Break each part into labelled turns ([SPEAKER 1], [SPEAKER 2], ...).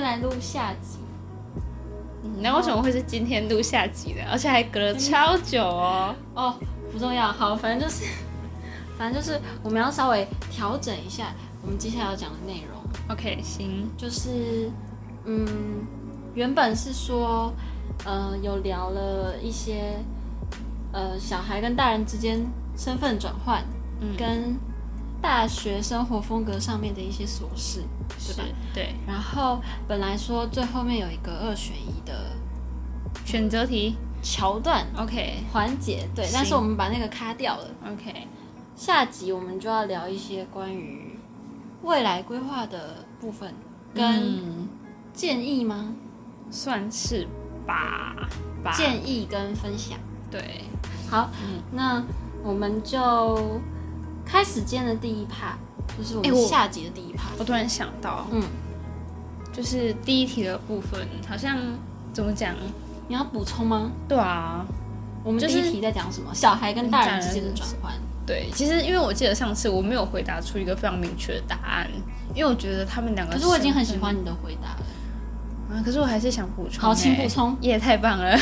[SPEAKER 1] 来录下集，
[SPEAKER 2] 嗯那为什么会是今天录下集的？而且还隔了超久哦。
[SPEAKER 1] 哦，不重要，好，反正就是， 反正就是我们要稍微调整一下我们接下来要讲的内容，
[SPEAKER 2] OK，行，
[SPEAKER 1] 就是，嗯，原本是说，呃，有聊了一些，呃，小孩跟大人之间身份转换，
[SPEAKER 2] 嗯
[SPEAKER 1] 跟大学生活风格上面的一些琐事，对
[SPEAKER 2] 是
[SPEAKER 1] 吧？，
[SPEAKER 2] 对，
[SPEAKER 1] 然后本来说最后面有一个二选一的
[SPEAKER 2] 选择题
[SPEAKER 1] 桥段
[SPEAKER 2] ，OK，OK，、
[SPEAKER 1] 环节，对，但是我们把那个卡掉了。下集我们就要聊一些关于未来规划的部分，跟
[SPEAKER 2] 嗯、
[SPEAKER 1] 建议吗？
[SPEAKER 2] 算是吧，吧，
[SPEAKER 1] 建议跟分享。
[SPEAKER 2] 对，
[SPEAKER 1] 好，
[SPEAKER 2] 嗯
[SPEAKER 1] 那我们就开始今天的第一 part，就是我
[SPEAKER 2] 哎
[SPEAKER 1] 们
[SPEAKER 2] 我
[SPEAKER 1] 下集的第一 part。
[SPEAKER 2] 我突然想到，
[SPEAKER 1] 嗯，
[SPEAKER 2] 就是第一题的部分，好像怎么讲？
[SPEAKER 1] 你要补充吗？
[SPEAKER 2] 对啊，
[SPEAKER 1] 我们
[SPEAKER 2] 就
[SPEAKER 1] 第
[SPEAKER 2] 是
[SPEAKER 1] 一题在讲什么？小孩跟大人之间的转换。
[SPEAKER 2] 对，其实因为我记得上次我没有回答出一个非常明确的答案，因为我觉得他们两个
[SPEAKER 1] 可是
[SPEAKER 2] 身份，
[SPEAKER 1] 我已经很喜欢你的回答了，
[SPEAKER 2] 啊，可是我还是想补充、
[SPEAKER 1] 好请
[SPEAKER 2] 欸
[SPEAKER 1] 补充
[SPEAKER 2] 也太棒了，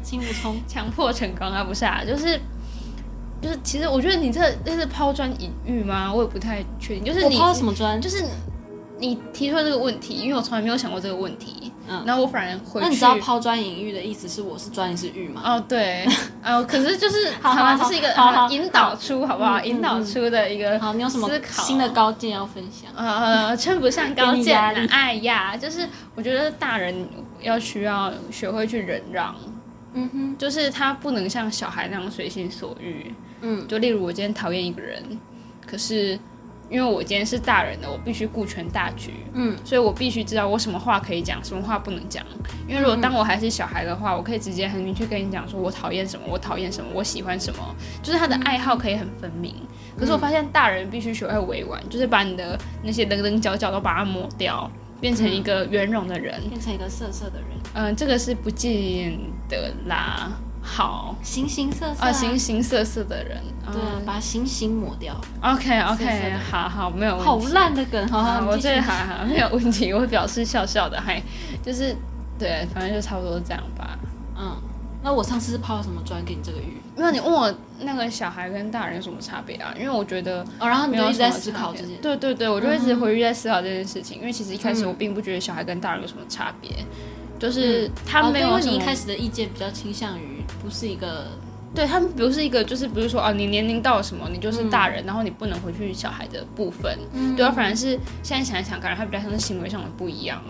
[SPEAKER 1] 请补充。
[SPEAKER 2] 强迫成功啊，不是啊，就是。就是，其实我觉得你这这是抛砖引玉吗？我也不太确定。就是
[SPEAKER 1] 我
[SPEAKER 2] 你
[SPEAKER 1] 抛了什么砖？
[SPEAKER 2] 就是你提出了这个问题，因为我从来没有想过这个问题，
[SPEAKER 1] 嗯
[SPEAKER 2] 然后我反而回去，
[SPEAKER 1] 那你知道抛砖引玉的意思是我是砖，你是玉吗？
[SPEAKER 2] 哦， 对，哦，可是就是，
[SPEAKER 1] 好好
[SPEAKER 2] 啦
[SPEAKER 1] 好
[SPEAKER 2] 这是一个
[SPEAKER 1] 好好
[SPEAKER 2] 啊引导出，好不好？
[SPEAKER 1] 嗯嗯
[SPEAKER 2] 引导出的一个
[SPEAKER 1] 好，你有什么
[SPEAKER 2] 思考
[SPEAKER 1] 新的高见要分享？
[SPEAKER 2] 呃，称不上高
[SPEAKER 1] 给你
[SPEAKER 2] 见
[SPEAKER 1] 压
[SPEAKER 2] 啊
[SPEAKER 1] 力，
[SPEAKER 2] 哎呀，就是我觉得大人要需要学会去忍让，
[SPEAKER 1] 嗯哼，
[SPEAKER 2] 就是他不能像小孩那样随心所欲。
[SPEAKER 1] 嗯，
[SPEAKER 2] 就例如我今天讨厌一个人，可是因为我今天是大人的，我必须顾全大局，
[SPEAKER 1] 嗯，
[SPEAKER 2] 所以我必须知道我什么话可以讲，什么话不能讲。因为如
[SPEAKER 1] 嗯
[SPEAKER 2] 果当我还是小孩的话，我可以直接很明确跟你讲说我讨厌什么，我讨厌什么，我喜欢什么，就是
[SPEAKER 1] 嗯
[SPEAKER 2] 他的爱好可以很分明。可是我发现大人必须学会委婉，就是把你的那些棱棱角角都把它抹掉，变成一个圆融的人。
[SPEAKER 1] 变成一个色色的人，
[SPEAKER 2] 嗯、这个是不见得啦。好
[SPEAKER 1] 形形色色
[SPEAKER 2] 啊，形嗯形色色的人，
[SPEAKER 1] 对啊，把形形抹掉，
[SPEAKER 2] OK
[SPEAKER 1] 色色
[SPEAKER 2] OK，
[SPEAKER 1] 的
[SPEAKER 2] 好好，没有问题。
[SPEAKER 1] 好烂的梗，好
[SPEAKER 2] 好
[SPEAKER 1] 好，
[SPEAKER 2] 我
[SPEAKER 1] 你继
[SPEAKER 2] 觉
[SPEAKER 1] 续
[SPEAKER 2] 得还好，没有问题。我表示笑笑的，还就是对，反正就差不多这样吧。
[SPEAKER 1] 嗯，那我上次是抛了什么砖给你这个玉？
[SPEAKER 2] 没有，你问我那个小孩跟大人有什么差别啊？因为我觉得
[SPEAKER 1] 哦，然后你
[SPEAKER 2] 没
[SPEAKER 1] 就
[SPEAKER 2] 有
[SPEAKER 1] 一直
[SPEAKER 2] 什么
[SPEAKER 1] 在思考
[SPEAKER 2] 差
[SPEAKER 1] 这
[SPEAKER 2] 别
[SPEAKER 1] 件，嗯
[SPEAKER 2] 对对对，我就一直回去在思考这件事情，因为其实一开始我并不觉得小孩跟大人有什么差别，就是他
[SPEAKER 1] 哦对
[SPEAKER 2] 没有
[SPEAKER 1] 因为
[SPEAKER 2] 什么
[SPEAKER 1] 你一开始的意见比较倾向于不是一个，
[SPEAKER 2] 对他们不是一个，就是比如说啊，你年龄到了什么，你就是
[SPEAKER 1] 嗯
[SPEAKER 2] 大人，然后你不能回去小孩的部分。对啊，反而是现在想一想，感觉他比较像是行为上的不一样。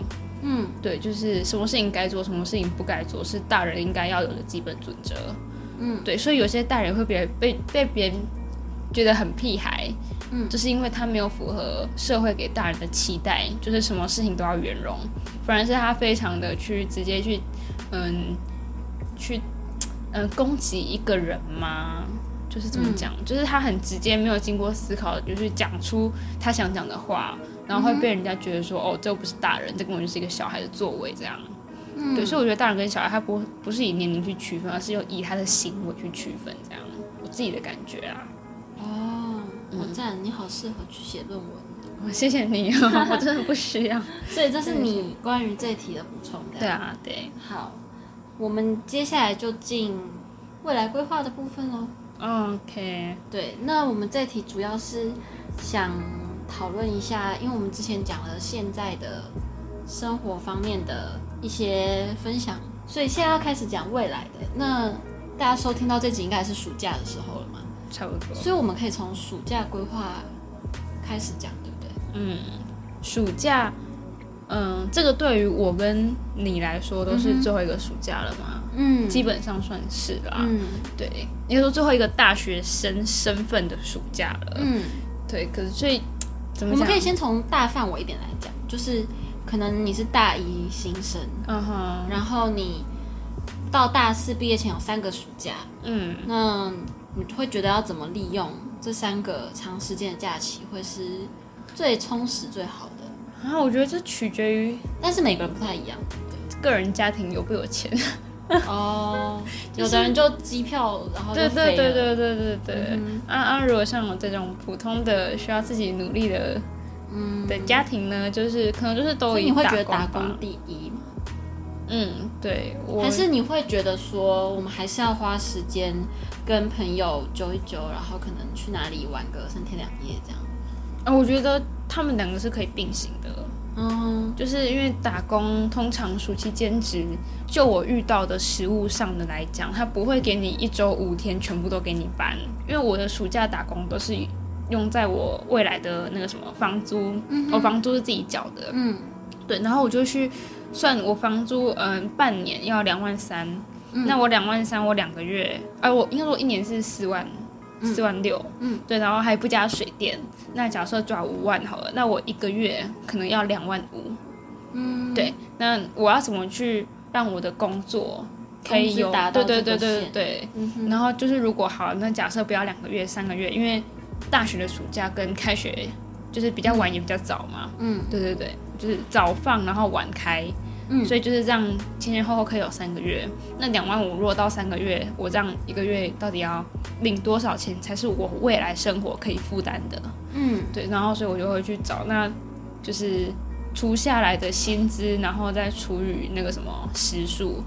[SPEAKER 1] 嗯
[SPEAKER 2] 对，就是什么事情该做，什么事情不该做，是大人应该要有的基本准则。
[SPEAKER 1] 嗯
[SPEAKER 2] 对，所以有些大人会别被被别人觉得很屁孩，
[SPEAKER 1] 嗯
[SPEAKER 2] 就是因为他没有符合社会给大人的期待，就是什么事情都要圆融，反而是他非常的去直接去，嗯，去嗯攻击一个人嘛，就是
[SPEAKER 1] 嗯
[SPEAKER 2] 怎么讲，就是他很直接，没有经过思考，就是讲出他想讲的话，然后会被人家觉得说，哦，这又不是大人，这根本就是一个小孩的作为这样。
[SPEAKER 1] 嗯，
[SPEAKER 2] 对，所以我觉得大人跟小孩他不不是以年龄去区分，而是要以他的行为去区分，这样我自己的感觉啊啦。
[SPEAKER 1] 哦，我赞，你好适合去写论文，
[SPEAKER 2] 我谢谢你、哦，我真的不需要。
[SPEAKER 1] 所以这是你关于这一题的补充，这样
[SPEAKER 2] 对啊，对，
[SPEAKER 1] 好，我们接下来就进未来规划的部分喽。
[SPEAKER 2] OK，
[SPEAKER 1] 对，那我们这题主要是想讨论一下，因为我们之前讲了现在的生活方面的一些分享，所以现在要开始讲未来的。那大家收听到这集应该是暑假的时候了嘛，
[SPEAKER 2] 差不多。
[SPEAKER 1] 所以我们可以从暑假规划开始讲，对不对？
[SPEAKER 2] 嗯，暑假，嗯，这个对于我跟你来说都
[SPEAKER 1] 嗯
[SPEAKER 2] 是
[SPEAKER 1] 哼
[SPEAKER 2] 最后一个暑假了嘛，
[SPEAKER 1] 嗯
[SPEAKER 2] 基本上算是啦。
[SPEAKER 1] 嗯
[SPEAKER 2] 对，应该说最后一个大学生身份的暑假了。
[SPEAKER 1] 嗯，
[SPEAKER 2] 对，可是所以怎么
[SPEAKER 1] 我
[SPEAKER 2] 讲？
[SPEAKER 1] 们可以先从大范围一点来讲，就是可能你是大一新生，
[SPEAKER 2] 嗯哼，
[SPEAKER 1] 然后你到大四毕业前有三个暑假，
[SPEAKER 2] 嗯
[SPEAKER 1] 那你会觉得要怎么利用这三个长时间的假期会是最充实、最好的？
[SPEAKER 2] 啊，我觉得这取决于
[SPEAKER 1] 但是每个人不太一样，对不
[SPEAKER 2] 个人家庭有不有钱。
[SPEAKER 1] 对？ 哦，有的人就机票，然后就飞了嗯
[SPEAKER 2] 对对对对对对对。啊啊！如果像我这种普通的需要自己努力的
[SPEAKER 1] 嗯，
[SPEAKER 2] 的家庭呢，就是可能就是都
[SPEAKER 1] 所以
[SPEAKER 2] 以
[SPEAKER 1] 你会觉得打
[SPEAKER 2] 工
[SPEAKER 1] 工
[SPEAKER 2] 吧，
[SPEAKER 1] 第一吗？
[SPEAKER 2] 嗯，对，我
[SPEAKER 1] 还是你会觉得说，我们还是要花时间跟朋友揪一揪，然后可能去哪里玩个三天两夜这样？
[SPEAKER 2] 啊，我觉得他们两个是可以并行的，
[SPEAKER 1] 嗯，
[SPEAKER 2] 就是因为打工通常暑期兼职，就我遇到的实务上的来讲，他不会给你一周五天全部都给你搬，因为我的暑假打工都是用在我未来的那个什么房租，我房租是自己缴的，
[SPEAKER 1] 嗯，
[SPEAKER 2] 对，然后我就去算我房租，嗯、半年要两万三、
[SPEAKER 1] 嗯
[SPEAKER 2] 那我两万三，我两个月，哎、我应该说一年是四万。四万六，
[SPEAKER 1] 嗯，
[SPEAKER 2] 对，然后还不加水电，那假设抓五万好了，那我一个月可能要两万五，
[SPEAKER 1] 嗯，
[SPEAKER 2] 对，那我要怎么去让我的工作可以有
[SPEAKER 1] 工资达到
[SPEAKER 2] 对
[SPEAKER 1] 这个
[SPEAKER 2] 对对对
[SPEAKER 1] 线
[SPEAKER 2] 对，
[SPEAKER 1] 嗯哼，
[SPEAKER 2] 然后就是如果好，那假设不要两个月、三个月，因为大学的暑假跟开学就是比较晚也比较早嘛，
[SPEAKER 1] 嗯，
[SPEAKER 2] 对对对，就是早放然后晚开，
[SPEAKER 1] 嗯
[SPEAKER 2] 所以就是这样前前后后可以有三个月。那两万五如果到三个月，我这样一个月到底要领多少钱才是我未来生活可以负担的？
[SPEAKER 1] 嗯，
[SPEAKER 2] 对，然后所以我就会去找，那就是除下来的薪资，然后再除以那个什么时数，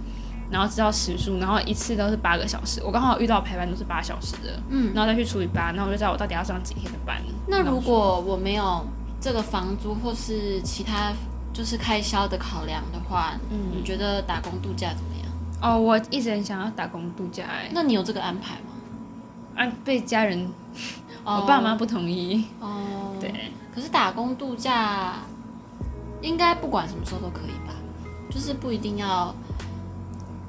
[SPEAKER 2] 然后知道时数，然后一次都是八个小时。我刚好遇到排班都是八小时的，
[SPEAKER 1] 嗯，
[SPEAKER 2] 然后再去除以八，那我就知道我到底要上几天的班。
[SPEAKER 1] 那
[SPEAKER 2] 然后
[SPEAKER 1] 如果我没有这个房租或是其他就是开销的考量的话，
[SPEAKER 2] 嗯
[SPEAKER 1] 你觉得打工度假怎么样？
[SPEAKER 2] 哦，我一直很想要打工度假、欸，
[SPEAKER 1] 那你有这个安排吗？
[SPEAKER 2] 哎，啊，被家人，
[SPEAKER 1] 哦
[SPEAKER 2] 我爸妈不同意。
[SPEAKER 1] 哦，
[SPEAKER 2] 对，
[SPEAKER 1] 可是打工度假应该不管什么时候都可以吧？就是不一定要，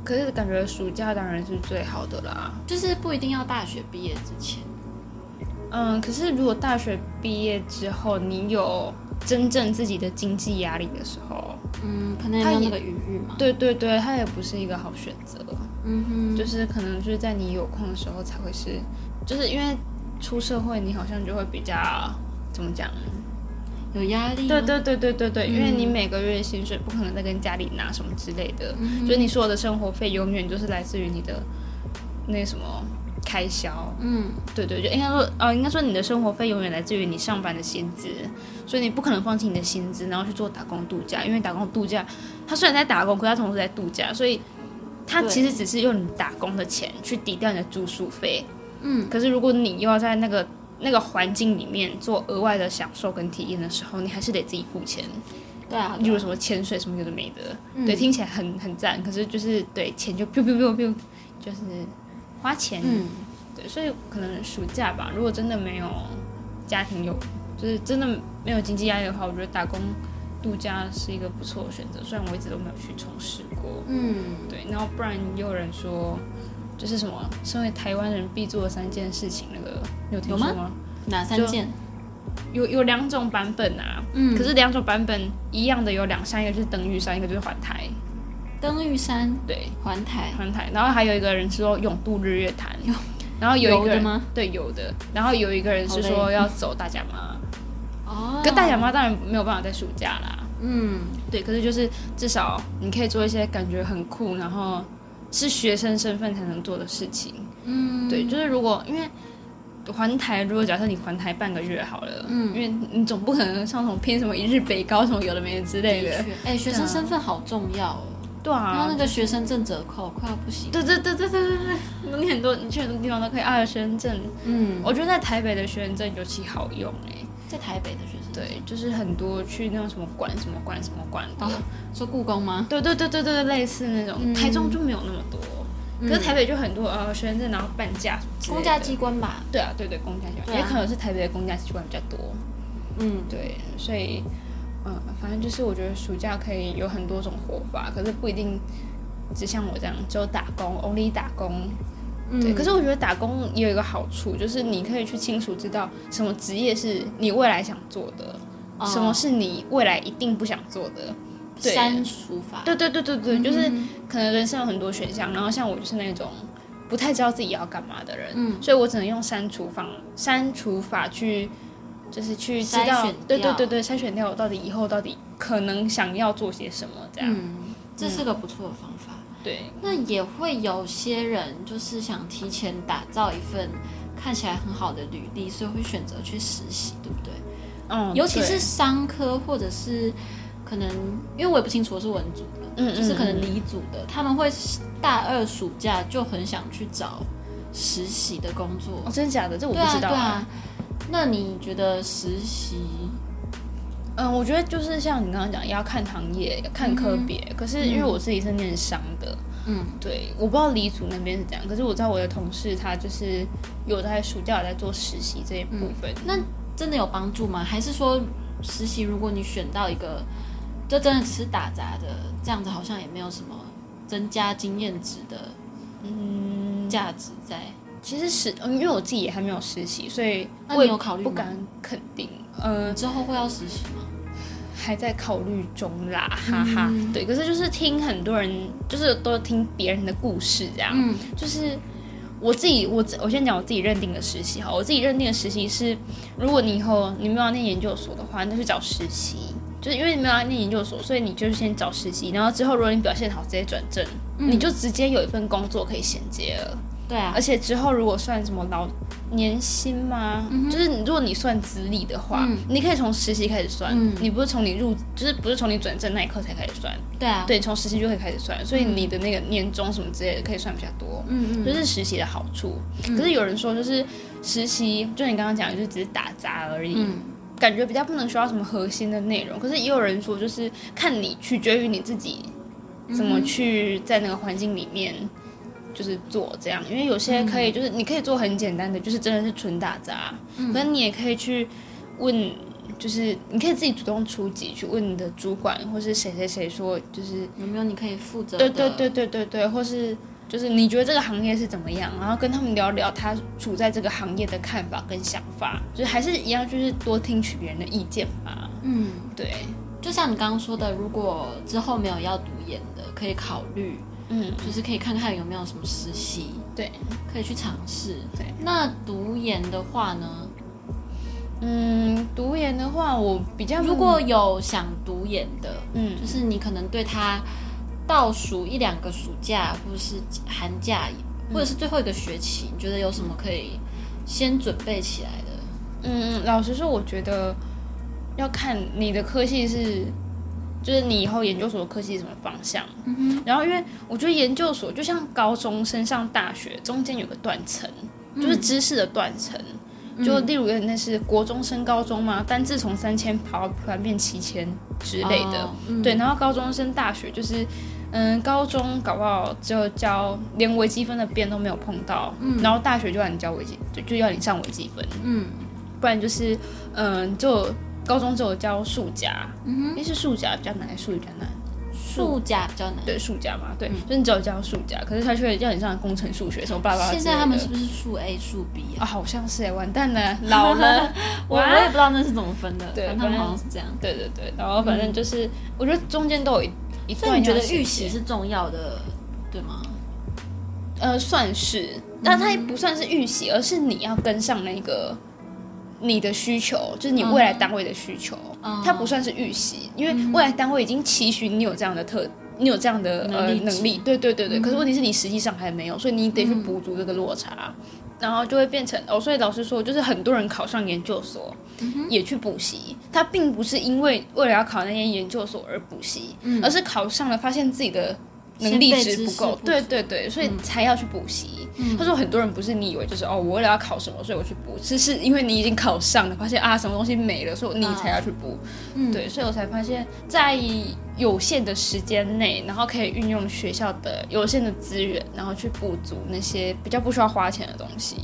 [SPEAKER 2] 可是感觉暑假当然是最好的啦。
[SPEAKER 1] 就是不一定要大学毕业之前。
[SPEAKER 2] 嗯，可是如果大学毕业之后，你有真正自己的经济压力的时候，
[SPEAKER 1] 嗯，可能也
[SPEAKER 2] 他
[SPEAKER 1] 没有
[SPEAKER 2] 也
[SPEAKER 1] 那个余裕嘛。
[SPEAKER 2] 对对对，它也不是一个好选择，
[SPEAKER 1] 嗯哼，
[SPEAKER 2] 就是可能就是在你有空的时候才会是，就是因为出社会，你好像就会比较怎么讲？
[SPEAKER 1] 有压力吗。嗯
[SPEAKER 2] 对对对对对对，因为你每个月的薪水不可能再跟家里拿什么之类的，
[SPEAKER 1] 嗯
[SPEAKER 2] 就是你所有的生活费永远就是来自于你的那什么开销。
[SPEAKER 1] 嗯
[SPEAKER 2] 对对，就应该说，呃，应该说你的生活费永远来自于你上班的薪资，所以你不可能放弃你的薪资，然后去做打工度假，因为打工度假，他虽然在打工，可他同时在度假，所以他
[SPEAKER 1] 对
[SPEAKER 2] 其实只是用你打工的钱去抵掉你的住宿费。
[SPEAKER 1] 嗯，
[SPEAKER 2] 可是如果你又要在那个那个环境里面做额外的享受跟体验的时候，你还是得自己付钱，
[SPEAKER 1] 对啊，
[SPEAKER 2] 例
[SPEAKER 1] 对
[SPEAKER 2] 如
[SPEAKER 1] 啊
[SPEAKER 2] 什么潜水什么有的没的，
[SPEAKER 1] 嗯
[SPEAKER 2] 对，听起来很很赞，可是就是对钱就 biu biu biu biu，就是花钱。
[SPEAKER 1] 嗯，
[SPEAKER 2] 对，所以可能暑假吧，如果真的没有家庭有，就是真的没有经济压力的话，我觉得打工度假是一个不错的选择。虽然我一直都没有去从事过，
[SPEAKER 1] 嗯，
[SPEAKER 2] 对，然后不然也有人说，就是什么，身为台湾人必做的三件事情，那个你有听
[SPEAKER 1] 有
[SPEAKER 2] 说
[SPEAKER 1] 吗
[SPEAKER 2] 吗？
[SPEAKER 1] 哪三
[SPEAKER 2] 就
[SPEAKER 1] 件？
[SPEAKER 2] 有有两种版本啊，
[SPEAKER 1] 嗯，
[SPEAKER 2] 可是两种版本一样的有两项，一个就是登玉山，一个就是环台，
[SPEAKER 1] 登玉山、
[SPEAKER 2] 对，
[SPEAKER 1] 环台，
[SPEAKER 2] 环台，然后还有一个人说永渡日月潭，然后有一
[SPEAKER 1] 游
[SPEAKER 2] 个
[SPEAKER 1] 的
[SPEAKER 2] 人
[SPEAKER 1] 吗？
[SPEAKER 2] 对，有的。然后有一个人
[SPEAKER 1] 好
[SPEAKER 2] 是说
[SPEAKER 1] 累
[SPEAKER 2] 要走大甲妈，
[SPEAKER 1] 哦，
[SPEAKER 2] 跟大甲妈当然没有办法在暑假啦。
[SPEAKER 1] 嗯，
[SPEAKER 2] 对，可是就是至少你可以做一些感觉很酷，然后是学生身份才能做的事情。
[SPEAKER 1] 嗯，
[SPEAKER 2] 对，就是如果因为环台，如果假设你环台半个月好了，
[SPEAKER 1] 嗯
[SPEAKER 2] 因为你总不可能像什么拼什么一日北高什么有的没的之类
[SPEAKER 1] 的
[SPEAKER 2] 的。
[SPEAKER 1] 确，哎，学
[SPEAKER 2] 对
[SPEAKER 1] 生
[SPEAKER 2] 啊
[SPEAKER 1] 身份好重要哦。
[SPEAKER 2] 对
[SPEAKER 1] 然后
[SPEAKER 2] 啊
[SPEAKER 1] 那，个学生证折扣快要不行。
[SPEAKER 2] 对对对对对对对，你很多你去很多地方都可以啊，学生证，
[SPEAKER 1] 嗯，
[SPEAKER 2] 我觉得在台北的学生证尤其好用哎、
[SPEAKER 1] 在台北的学生证，
[SPEAKER 2] 对，就是很多去那种什么馆、什么馆、什么馆的。
[SPEAKER 1] 哦说故宫吗？
[SPEAKER 2] 对对对对对，对类似那种。
[SPEAKER 1] 嗯
[SPEAKER 2] 台中就没有那么多，可是台北就很多呃学生证，然后半价什么
[SPEAKER 1] 公
[SPEAKER 2] 之类的
[SPEAKER 1] 家机。关吧。
[SPEAKER 2] 对啊，对对，公家机关、
[SPEAKER 1] 对啊
[SPEAKER 2] 也可能是台北的公家机关比较多。
[SPEAKER 1] 嗯，
[SPEAKER 2] 对，所以嗯、呃反正就是我觉得暑假可以有很多种活法，可是不一定只像我这样只有打工，only 打工。对，
[SPEAKER 1] 嗯
[SPEAKER 2] 可是我觉得打工也有一个好处，就是你可以去清楚知道什么职业是你未来想做的，
[SPEAKER 1] 哦
[SPEAKER 2] 什么是你未来一定不想做的。对
[SPEAKER 1] 删除法。
[SPEAKER 2] 对对对对对，就是
[SPEAKER 1] 嗯
[SPEAKER 2] 可能人生有很多选项，然后像我就是那种不太知道自己要干嘛的人，
[SPEAKER 1] 嗯
[SPEAKER 2] 所以我只能用删除法删除法去，就是去知
[SPEAKER 1] 筛
[SPEAKER 2] 道
[SPEAKER 1] 选，
[SPEAKER 2] 对对
[SPEAKER 1] 掉
[SPEAKER 2] 对对，筛选掉我到底以后到底可能想要做些什么这样。
[SPEAKER 1] 嗯，这是个不错的方法。
[SPEAKER 2] 对，
[SPEAKER 1] 那也会有些人就是想提前打造一份看起来很好的履历，所以会选择去实习，对不对？
[SPEAKER 2] 嗯，
[SPEAKER 1] 尤其
[SPEAKER 2] 对
[SPEAKER 1] 是商科或者是可能，因为我也不清楚我是文组的，
[SPEAKER 2] 嗯
[SPEAKER 1] 就是可能
[SPEAKER 2] 嗯嗯
[SPEAKER 1] 理组的，他们会大二暑假就很想去找实习的工作。
[SPEAKER 2] 哦，真的假的？这我
[SPEAKER 1] 对
[SPEAKER 2] 不
[SPEAKER 1] 啊，
[SPEAKER 2] 知
[SPEAKER 1] 对
[SPEAKER 2] 道、
[SPEAKER 1] 啊。那你觉得实习？
[SPEAKER 2] 嗯，我觉得就是像你刚刚讲，要看行业，要看科别。可是因为我自己是念商的，
[SPEAKER 1] 嗯，
[SPEAKER 2] 对，我不知道李组那边是怎样。可是我知道我的同事他就是有在暑假有在做实习这一部分。
[SPEAKER 1] 那真的有帮助吗？还是说实习如果你选到一个，这真的只是打杂的，这样子好像也没有什么增加经验值的，嗯，价值在。
[SPEAKER 2] 其实实，嗯，因为我自己也还没有实习，所以
[SPEAKER 1] 那
[SPEAKER 2] 我
[SPEAKER 1] 啊你
[SPEAKER 2] 也
[SPEAKER 1] 有考虑
[SPEAKER 2] 不
[SPEAKER 1] 吗？
[SPEAKER 2] 敢肯定。嗯、
[SPEAKER 1] 之后会要实习吗？
[SPEAKER 2] 还在考虑中啦，哈哈。
[SPEAKER 1] 嗯
[SPEAKER 2] 对，可是就是听很多人，就是都听别人的故事这样。
[SPEAKER 1] 嗯
[SPEAKER 2] 就是我自己，我自我先讲我自己认定的实习哈。我自己认定的实习是，如果你以后你没有要念研究所的话，那去找实习。就是因为你没有要念研究所，所以你就是先找实习，然后之后如果你表现好，直接转正，
[SPEAKER 1] 嗯
[SPEAKER 2] 你就直接有一份工作可以衔接了。
[SPEAKER 1] 对啊，
[SPEAKER 2] 而且之后如果算什么劳年薪吗？就是你如果你算资历的话，
[SPEAKER 1] 嗯
[SPEAKER 2] 你可以从实习开始算，
[SPEAKER 1] 嗯
[SPEAKER 2] 你不是从你入，就是不是从你转正那一刻才开始算，
[SPEAKER 1] 对啊，
[SPEAKER 2] 对，从实习就可以开始算，所以你的那个年终什么之类的可以算比较多。
[SPEAKER 1] 嗯
[SPEAKER 2] 这
[SPEAKER 1] 嗯，
[SPEAKER 2] 是实习的好处。可是有人说，就是实习，就你刚刚讲，就只是打杂而已，
[SPEAKER 1] 嗯
[SPEAKER 2] 感觉比较不能学到什么核心的内容。可是也有人说，就是看你取决于你自己
[SPEAKER 1] 嗯
[SPEAKER 2] 怎么去在那个环境里面。就是做这样，因为有些可
[SPEAKER 1] 嗯
[SPEAKER 2] 以，就是你可以做很简单的，就是真的是纯打杂，可是你也可以去问，就是你可以自己主动出击去问你的主管或是谁谁谁说，就是
[SPEAKER 1] 有没有你可以负责的？
[SPEAKER 2] 对对对对对对，或是就是你觉得这个行业是怎么样，然后跟他们聊聊他处在这个行业的看法跟想法，就是还是一样，就是多听取别人的意见吧。
[SPEAKER 1] 嗯，
[SPEAKER 2] 对，
[SPEAKER 1] 就像你刚刚说的，如果之后没有要读研的，可以考虑，
[SPEAKER 2] 嗯，
[SPEAKER 1] 就是可以看看有没有什么实习，
[SPEAKER 2] 对，
[SPEAKER 1] 可以去尝试。
[SPEAKER 2] 对，
[SPEAKER 1] 那读研的话呢，
[SPEAKER 2] 嗯，读研的话，我比较
[SPEAKER 1] 如果有想读研的，
[SPEAKER 2] 嗯
[SPEAKER 1] 就是你可能对他倒数一两个暑假，或者是寒假，或者是最后一个学期，你觉得有什么可以先准备起来的？
[SPEAKER 2] 嗯，老实说，我觉得要看你的科系是，就是你以后研究所的科系是什么方向。然后，因为我觉得研究所就像高中升上大学，中间有个断层，就是知识的断层。就例如有点类似国中升高中嘛，单字从三千跑到突然变七千之类的。
[SPEAKER 1] 哦嗯
[SPEAKER 2] 对，然后高中升大学就是，嗯，高中搞不好只有教连微积分的边都没有碰到，然后大学就让你教微积，就就要你上微积分。
[SPEAKER 1] 嗯
[SPEAKER 2] 不然就是嗯，就高中只有教数甲，
[SPEAKER 1] 嗯
[SPEAKER 2] 因为是数甲比较难，数理比较难，
[SPEAKER 1] 数甲比较难。
[SPEAKER 2] 对数甲嘛，对，
[SPEAKER 1] 嗯
[SPEAKER 2] 就是你只有教数甲，可是他却要你上工程数学什么巴拉巴拉之类
[SPEAKER 1] 现
[SPEAKER 2] 的。
[SPEAKER 1] 在他们是不是数 A 数 B
[SPEAKER 2] 啊，
[SPEAKER 1] 啊？，
[SPEAKER 2] 好像是哎，完蛋了，老了
[SPEAKER 1] 我我也不知道那是怎么分的，
[SPEAKER 2] 对
[SPEAKER 1] 反正他们
[SPEAKER 2] 反正
[SPEAKER 1] 好像是这样。
[SPEAKER 2] 对对对，然后反正就是，我觉得中间都有一
[SPEAKER 1] 嗯
[SPEAKER 2] 一
[SPEAKER 1] 所以
[SPEAKER 2] 段
[SPEAKER 1] 你觉
[SPEAKER 2] 要
[SPEAKER 1] 得
[SPEAKER 2] 衔
[SPEAKER 1] 预
[SPEAKER 2] 接
[SPEAKER 1] 习是重要的，对吗？
[SPEAKER 2] 呃，算是，但它也不算是预习，而是你要跟上那个你的需求，就是你未来单位的需求，
[SPEAKER 1] 嗯
[SPEAKER 2] 它不算是预习，因为未来单位已经期许你有这样的特。你有这样的呃
[SPEAKER 1] 能力值嗯
[SPEAKER 2] 能力，对对对对，可是问题是你实际上还没有，所以你得去补足这个落差，然后就会变成哦，所以老师说，就是很多人考上研究所，也去补习，他并不是因为为了要考那些研究所而补习，而是考上了发现自己的能力
[SPEAKER 1] 嗯先
[SPEAKER 2] 值
[SPEAKER 1] 辈知
[SPEAKER 2] 不
[SPEAKER 1] 识
[SPEAKER 2] 够，
[SPEAKER 1] 不
[SPEAKER 2] 对
[SPEAKER 1] 足嗯
[SPEAKER 2] 对对，所以才要去补习。他说很多人不是你以为就是哦，我为了要考什么，所以我去补，是是因为你已经考上了，发现啊什么东西没了，所以你
[SPEAKER 1] 嗯
[SPEAKER 2] 才要去补。对，所以我才发现，在有限的时间内，然后可以运用学校的有限的资源，然后去补足那些比较不需要花钱的东西。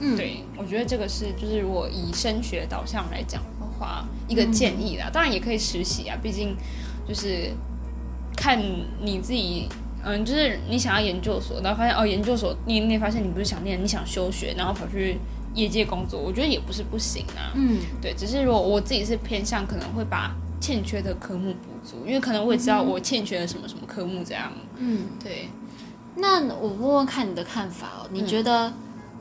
[SPEAKER 1] 嗯
[SPEAKER 2] 对，我觉得这个是就是如果以升学导向来讲的话，一个建议啦。当然也可以实习啊，毕竟就是看你自己。嗯，就是你想要研究所，然后发现哦，研究所你你也发现你不是想念，你想休学，然后跑去业界工作，我觉得也不是不行啊。
[SPEAKER 1] 嗯
[SPEAKER 2] 对，只是如果我自己是偏向可能会把欠缺的科目补足，因为可能我也知道我欠缺了什么什么科目这样。
[SPEAKER 1] 嗯。
[SPEAKER 2] 对，
[SPEAKER 1] 那我问问看你的看法哦，
[SPEAKER 2] 嗯
[SPEAKER 1] 你觉得、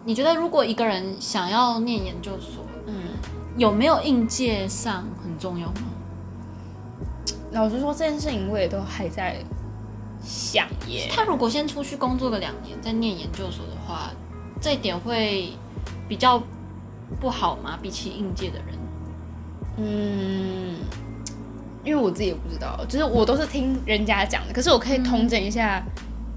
[SPEAKER 1] 你觉得如果一个人想要念研究所，
[SPEAKER 2] 嗯，
[SPEAKER 1] 有没有应届上很重要吗？
[SPEAKER 2] 老实说这件事情我也都还在想耶。
[SPEAKER 1] 他如果先出去工作个两年，再念研究所的话，这一点会比较不好吗？比起应届的人，
[SPEAKER 2] 嗯，因为我自己也不知道，就是我都是听人家讲的，可是我可以统整一下。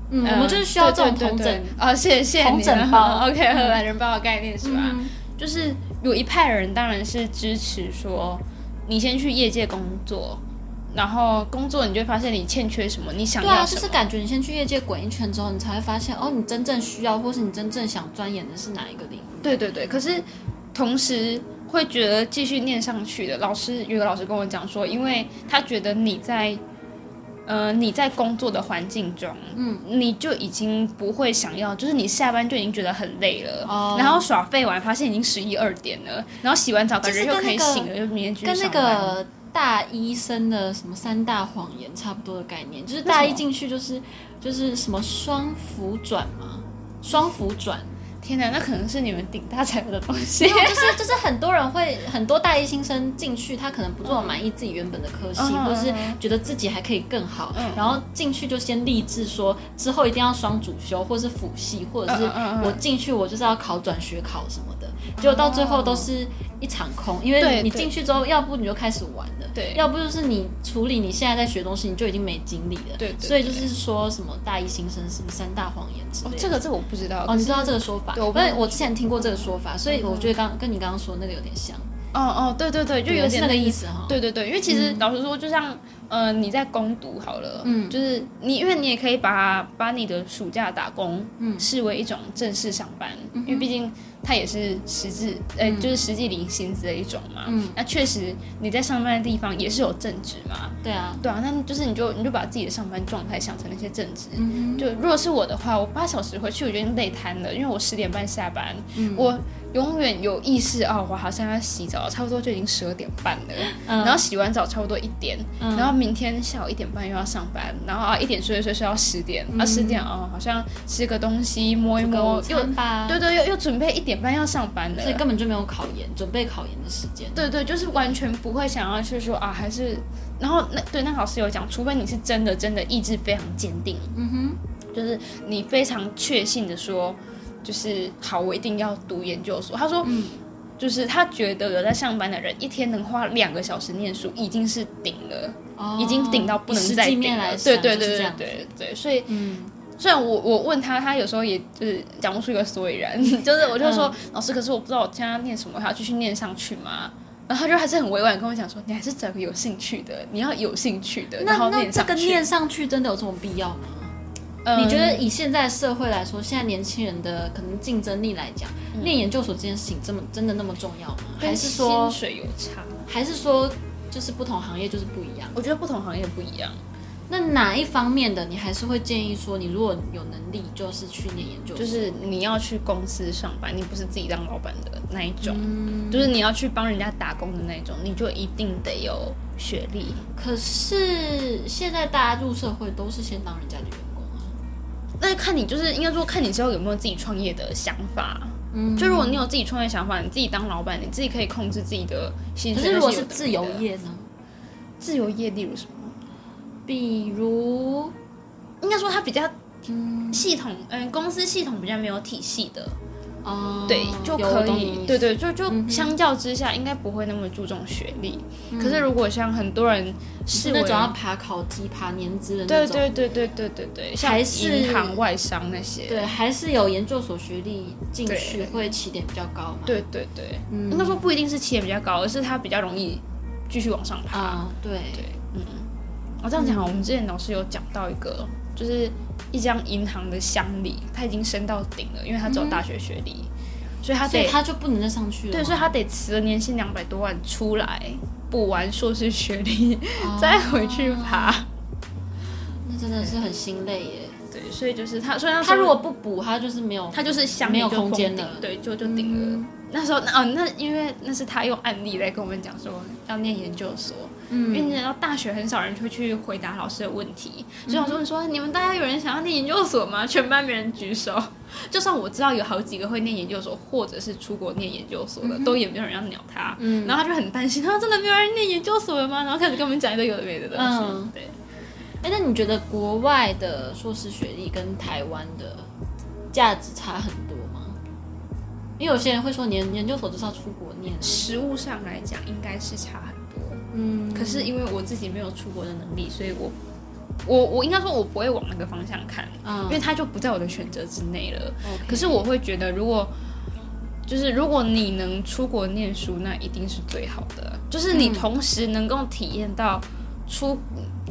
[SPEAKER 1] 嗯，
[SPEAKER 2] 呃
[SPEAKER 1] 我们就是需要这种
[SPEAKER 2] 对对
[SPEAKER 1] 同
[SPEAKER 2] 对
[SPEAKER 1] 整
[SPEAKER 2] 对啊，谢谢谢谢你
[SPEAKER 1] 同整包
[SPEAKER 2] OK，荷兰人包的概念是吧？
[SPEAKER 1] 嗯
[SPEAKER 2] 就是有一派人当然是支持说，你先去业界工作，然后工作你就会发现你欠缺什么，你想
[SPEAKER 1] 对啊，
[SPEAKER 2] 要
[SPEAKER 1] 就
[SPEAKER 2] 什
[SPEAKER 1] 是
[SPEAKER 2] 么。
[SPEAKER 1] 感觉你先去业界滚一圈之后，你才会发现哦，你真正需要或是你真正想钻研的是哪一个领域。
[SPEAKER 2] 对对对，可是同时会觉得继续念上去的老师，有个老师跟我讲说，因为他觉得你在。呃，你在工作的环境中，嗯，你就已经不会想要，就是你下班就已经觉得很累了，
[SPEAKER 1] 哦
[SPEAKER 2] 然后耍废完发现已经十一二点了，然后洗完澡感
[SPEAKER 1] 就是
[SPEAKER 2] 觉又
[SPEAKER 1] 跟
[SPEAKER 2] 可以
[SPEAKER 1] 那个
[SPEAKER 2] 醒了，就明天继续
[SPEAKER 1] 跟那
[SPEAKER 2] 上班
[SPEAKER 1] 个大一生的什么三大谎言差不多的概念，就是
[SPEAKER 2] 为
[SPEAKER 1] 大
[SPEAKER 2] 什
[SPEAKER 1] 一
[SPEAKER 2] 么
[SPEAKER 1] 进去就是就是什么双辅转嘛，双辅转，
[SPEAKER 2] 天哪，那可能是你们顶大才有的东西
[SPEAKER 1] 没。有就是就是很多人会很多大一新生进去，他可能不是很满意自己原本的科系，
[SPEAKER 2] 嗯嗯嗯
[SPEAKER 1] 或者是
[SPEAKER 2] 嗯
[SPEAKER 1] 觉得自己还可以更好，
[SPEAKER 2] 嗯
[SPEAKER 1] 然后进去就先立志说之后一定要双主修，或是辅系，或者是
[SPEAKER 2] 嗯嗯嗯嗯
[SPEAKER 1] 我进去我就是要考转学考什么的，结果到最后都是一场空，因为
[SPEAKER 2] 对
[SPEAKER 1] 你
[SPEAKER 2] 对
[SPEAKER 1] 进去之后，要不你就开始玩了，
[SPEAKER 2] 对
[SPEAKER 1] 要不就是你处理你现在在学东西，你就已经没精力了，
[SPEAKER 2] 对对
[SPEAKER 1] 所以就是说什么大一新生是不是三大谎言之
[SPEAKER 2] 哦
[SPEAKER 1] 类，的。
[SPEAKER 2] 这个这个我不知道。
[SPEAKER 1] 哦，你知道这个说法？
[SPEAKER 2] 对我不
[SPEAKER 1] 因为我之前听过这个说法，所以我觉得刚跟你刚刚说那个有点像，
[SPEAKER 2] 哦哦，对对对，就
[SPEAKER 1] 对
[SPEAKER 2] 有
[SPEAKER 1] 是
[SPEAKER 2] 点
[SPEAKER 1] 那个意。思哈。
[SPEAKER 2] 对对对，因为其实老实说，就像呃，你在攻读好了，
[SPEAKER 1] 嗯
[SPEAKER 2] 就是你，因为你也可以把把你的暑假打工，
[SPEAKER 1] 嗯
[SPEAKER 2] 视为一种正式上班，因为毕竟它也是实质，呃，就是实际领薪资的一种嘛。
[SPEAKER 1] 嗯
[SPEAKER 2] 那确实你在上班的地方也是有正职嘛，
[SPEAKER 1] 对啊，
[SPEAKER 2] 对啊，那就是你就你就把自己的上班状态想成那些正职，
[SPEAKER 1] 嗯
[SPEAKER 2] 就如果是我的话，我八小时回去我就已经累瘫了，因为我十点半下班，
[SPEAKER 1] 嗯
[SPEAKER 2] 我永远有意识哦，我好像要洗澡，差不多就已经十二点半了，
[SPEAKER 1] 嗯
[SPEAKER 2] 然后洗完澡差不多一点，
[SPEAKER 1] 嗯
[SPEAKER 2] 然后明天下午一点半又要上班，然后啊一点睡一睡睡到十点，啊
[SPEAKER 1] 嗯
[SPEAKER 2] 十点哦好像吃个东西摸一
[SPEAKER 1] 哼，
[SPEAKER 2] 摸
[SPEAKER 1] 我，
[SPEAKER 2] 又
[SPEAKER 1] 餐吧，
[SPEAKER 2] 对对又又准备一点半要上班了
[SPEAKER 1] 所以，根本就没有考研，准备考研的时间。
[SPEAKER 2] 对对，就是完全不会想要去说啊还是，然后那对那老师有讲，除非你是真的真的意志非常坚定。
[SPEAKER 1] 嗯
[SPEAKER 2] 就是你非常确信的说，就是好，我一定要读研究所。他说，
[SPEAKER 1] 嗯
[SPEAKER 2] 就是他觉得有在上班的人，一天能花两个小时念书已经是顶了，
[SPEAKER 1] 哼，哦
[SPEAKER 2] 已经顶到不能再
[SPEAKER 1] 以实际
[SPEAKER 2] 顶
[SPEAKER 1] 面
[SPEAKER 2] 了。
[SPEAKER 1] 来
[SPEAKER 2] 对
[SPEAKER 1] 想就
[SPEAKER 2] 对对
[SPEAKER 1] 是这
[SPEAKER 2] 对
[SPEAKER 1] 样
[SPEAKER 2] 对对，所以
[SPEAKER 1] 嗯，
[SPEAKER 2] 虽然我我问他，他有时候也就是讲不出一个所以然， 就是我就说、
[SPEAKER 1] 嗯
[SPEAKER 2] 老师，可是我不知道我现在要念什么，我还要继续念上去吗？然后他就还是很委婉地跟我讲说，你还是找个有兴趣的，你要有兴趣的，然
[SPEAKER 1] 那
[SPEAKER 2] 后
[SPEAKER 1] 那
[SPEAKER 2] 念
[SPEAKER 1] 这
[SPEAKER 2] 上
[SPEAKER 1] 个
[SPEAKER 2] 去。
[SPEAKER 1] 念上去真的有这种必要吗？
[SPEAKER 2] 嗯
[SPEAKER 1] 你觉得以现在社会来说，现在年轻人的可能竞争力来讲，
[SPEAKER 2] 嗯
[SPEAKER 1] 念研究所这件事情这么真的那么重要吗？还
[SPEAKER 2] 跟
[SPEAKER 1] 是说
[SPEAKER 2] 薪水有差？
[SPEAKER 1] 还是说就是不同行业就是不一样？
[SPEAKER 2] 我觉得不同行业不一样。
[SPEAKER 1] 那哪一方面的你还是会建议说，你如果有能力，就是去念研究所，
[SPEAKER 2] 就是你要去公司上班，你不是自己当老板的那一种，
[SPEAKER 1] 嗯
[SPEAKER 2] 就是你要去帮人家打工的那一种，你就一定得有学历。
[SPEAKER 1] 可是现在大家入社会都是先当人家的员工啊。
[SPEAKER 2] 那看你就是应该说看你之后有没有自己创业的想法。
[SPEAKER 1] 嗯
[SPEAKER 2] 就如果你有自己创业想法，你自己当老板，你自己可以控制自己的薪
[SPEAKER 1] 可
[SPEAKER 2] 水。
[SPEAKER 1] 是如果
[SPEAKER 2] 那些
[SPEAKER 1] 是
[SPEAKER 2] 有的
[SPEAKER 1] 自由
[SPEAKER 2] 没的，
[SPEAKER 1] 业呢？
[SPEAKER 2] 自由业例如什么？
[SPEAKER 1] 比如，
[SPEAKER 2] 应该说它比较系统，嗯，公司系统比较没有体系的，
[SPEAKER 1] 哦、
[SPEAKER 2] 对，就
[SPEAKER 1] 有
[SPEAKER 2] 可
[SPEAKER 1] 我懂你意
[SPEAKER 2] 以，
[SPEAKER 1] 思嗯
[SPEAKER 2] 对对，就就相较之下，应该不会那么注重学历。可是如果像很多人
[SPEAKER 1] 是
[SPEAKER 2] 视为
[SPEAKER 1] 那种要爬考级、爬年资的那
[SPEAKER 2] 对
[SPEAKER 1] 种，
[SPEAKER 2] 对对对对对对，像
[SPEAKER 1] 还是
[SPEAKER 2] 银行、外商那些。
[SPEAKER 1] 对还是有研究所学历进去
[SPEAKER 2] 对
[SPEAKER 1] 会起点比较高嘛？
[SPEAKER 2] 对对对，
[SPEAKER 1] 嗯
[SPEAKER 2] 应该说不一定是起点比较高，而是它比较容易继续往上爬。
[SPEAKER 1] 啊、对，
[SPEAKER 2] 对，嗯，我这样讲啊，我们之前老师有讲到一个，就是一张银行的乡里，他已经升到顶了，因为他只有大学学历，所以他
[SPEAKER 1] 所以
[SPEAKER 2] 得
[SPEAKER 1] 他就不能再上去了吗。
[SPEAKER 2] 对，所以他得辞了年薪两百多万出来，补完硕士学历、
[SPEAKER 1] 哦
[SPEAKER 2] 再回去爬。
[SPEAKER 1] 那真的是很心累耶。
[SPEAKER 2] 对，所以就是他，所以
[SPEAKER 1] 他如果不补，他就是没有
[SPEAKER 2] 他就是想
[SPEAKER 1] 没有
[SPEAKER 2] 你就
[SPEAKER 1] 空
[SPEAKER 2] 封
[SPEAKER 1] 间
[SPEAKER 2] 顶
[SPEAKER 1] 了嗯
[SPEAKER 2] 对，就就顶了。那时候，那哦，那因为那是他用案例来跟我们讲说要念研究所，嗯，因为你知道大学很少人会去回答老师的问题，
[SPEAKER 1] 嗯
[SPEAKER 2] 所以老师问说、你们大家有人想要念研究所吗？全班没人举手， 就算我知道有好几个会念研究所或者是出国念研究所
[SPEAKER 1] 嗯
[SPEAKER 2] 的，都也没有人要鸟他，嗯，然后他就很担心，他真的没有人念研究所了吗？然后开始跟我们讲一堆有的没的东西，
[SPEAKER 1] 嗯
[SPEAKER 2] 对，
[SPEAKER 1] 哎、那你觉得国外的硕士学历跟台湾的价值差很多吗？因为有些人会说研研究所就是要出国念，
[SPEAKER 2] 实物上来讲应该是差很多。
[SPEAKER 1] 嗯，
[SPEAKER 2] 可是因为我自己没有出国的能力，所以我我我应该说我不会往那个方向看，
[SPEAKER 1] 嗯
[SPEAKER 2] 因为它就不在我的选择之内了。
[SPEAKER 1] ，OK
[SPEAKER 2] 可是我会觉得，如果就是如果你能出国念书，那一定是最好的。就是你
[SPEAKER 1] 嗯
[SPEAKER 2] 同时能够体验到出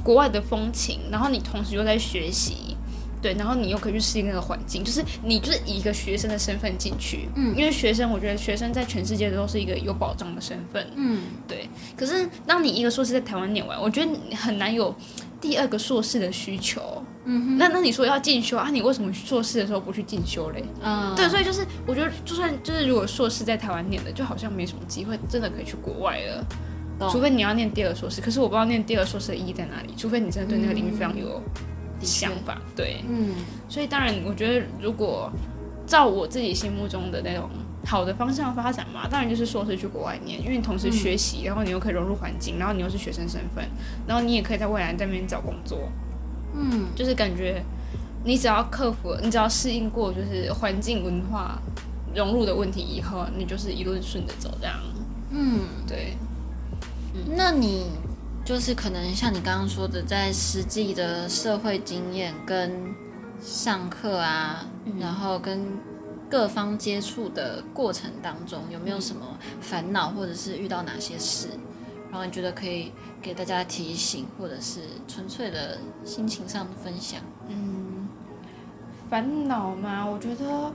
[SPEAKER 2] 国外的风情，然后你同时又在学习，对，然后你又可以去适应那个环境。就是你就是以一个学生的身份进去，
[SPEAKER 1] 嗯
[SPEAKER 2] 因为学生，我觉得学生在全世界都是一个有保障的身份。
[SPEAKER 1] 嗯
[SPEAKER 2] 对，可是当你一个硕士在台湾念完，我觉得你很难有第二个硕士的需求。
[SPEAKER 1] 嗯
[SPEAKER 2] 那那你说要进修啊？你为什么硕士的时候不去进修嘞？
[SPEAKER 1] 嗯，
[SPEAKER 2] 对，所以就是我觉得，就算就是如果硕士在台湾念的，就好像没什么机会真的可以去国外了，
[SPEAKER 1] 懂
[SPEAKER 2] 除非你要念第二硕士。可是我不知道念第二硕士的意义在哪里，除非你真的对那个领域非常有
[SPEAKER 1] 的确
[SPEAKER 2] 想，法。对，
[SPEAKER 1] 嗯
[SPEAKER 2] 所以当然，我觉得如果照我自己心目中的那种好的方向发展嘛，当然就是硕士去国外念，因为你同时学习，
[SPEAKER 1] 嗯
[SPEAKER 2] 然后你又可以融入环境，然后你又是学生身份，然后你也可以在未来在那边找工作，
[SPEAKER 1] 嗯
[SPEAKER 2] 就是感觉你只要克服，你只要适应过就是环境文化融入的问题以后，你就是一路顺着走这样。
[SPEAKER 1] 嗯，
[SPEAKER 2] 对，
[SPEAKER 1] 那你就是可能像你刚刚说的，在实际的社会经验跟上课啊，
[SPEAKER 2] 嗯
[SPEAKER 1] 然后跟各方接触的过程当中，有没有什么烦恼，或者是遇到哪些事，然后你觉得可以给大家提醒，或者是纯粹的心情上的分享？
[SPEAKER 2] 烦恼嘛，我觉得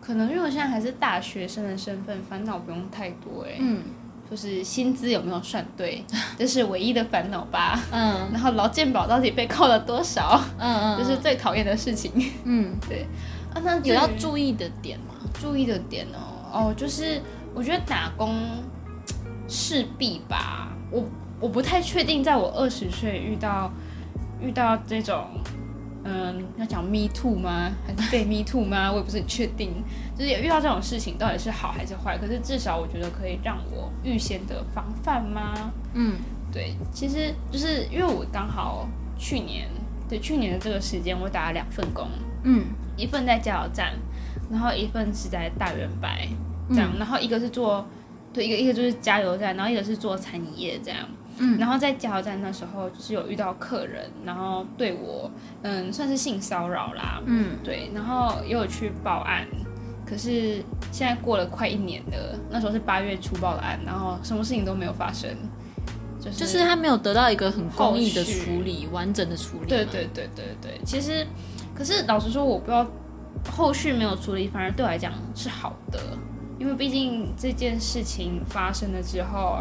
[SPEAKER 2] 可能因为我现在还是大学生的身份，烦恼不用太多哎、
[SPEAKER 1] 嗯
[SPEAKER 2] 就是薪资有没有算对， 这是唯一的烦恼吧。
[SPEAKER 1] 嗯
[SPEAKER 2] 然后劳健保到底被扣了多少，
[SPEAKER 1] 嗯嗯，
[SPEAKER 2] 这是最讨厌的事情
[SPEAKER 1] 嗯
[SPEAKER 2] 啊。那
[SPEAKER 1] 有要
[SPEAKER 2] 至于
[SPEAKER 1] 注意的点吗？
[SPEAKER 2] 注意的点哦，哦，就是我觉得打工势必吧，我我不太确定，在我二十岁遇到遇到这种，嗯，要讲 me too 吗？还是被 me too 吗？我也不是很确定，就是遇到这种事情到底是好还是坏，可是至少我觉得可以让我预先的防范吗？
[SPEAKER 1] 嗯
[SPEAKER 2] 对，其实就是因为我刚好去年，对去年的这个时间，我打了两份工，
[SPEAKER 1] 嗯
[SPEAKER 2] 一份在加油站，然后一份是在大圆白
[SPEAKER 1] 嗯
[SPEAKER 2] 这样，然后一个是做对一个一个就是加油站，然后一个是做餐饮业这样。
[SPEAKER 1] 嗯
[SPEAKER 2] 然后在加油站那时候，就是有遇到客人，然后对我，嗯，算是性骚扰啦，
[SPEAKER 1] 嗯
[SPEAKER 2] 对，然后也有去报案，可是现在过了快一年了，那时候是八月初报的案，然后什么事情都没有发生，就是
[SPEAKER 1] 就是他没有得到一个很公益的处理，完整的处理嘛。
[SPEAKER 2] 对对对对对，其实，可是老实说，我不知道后续没有处理，反而对我来讲是好的，因为毕竟这件事情发生了之后，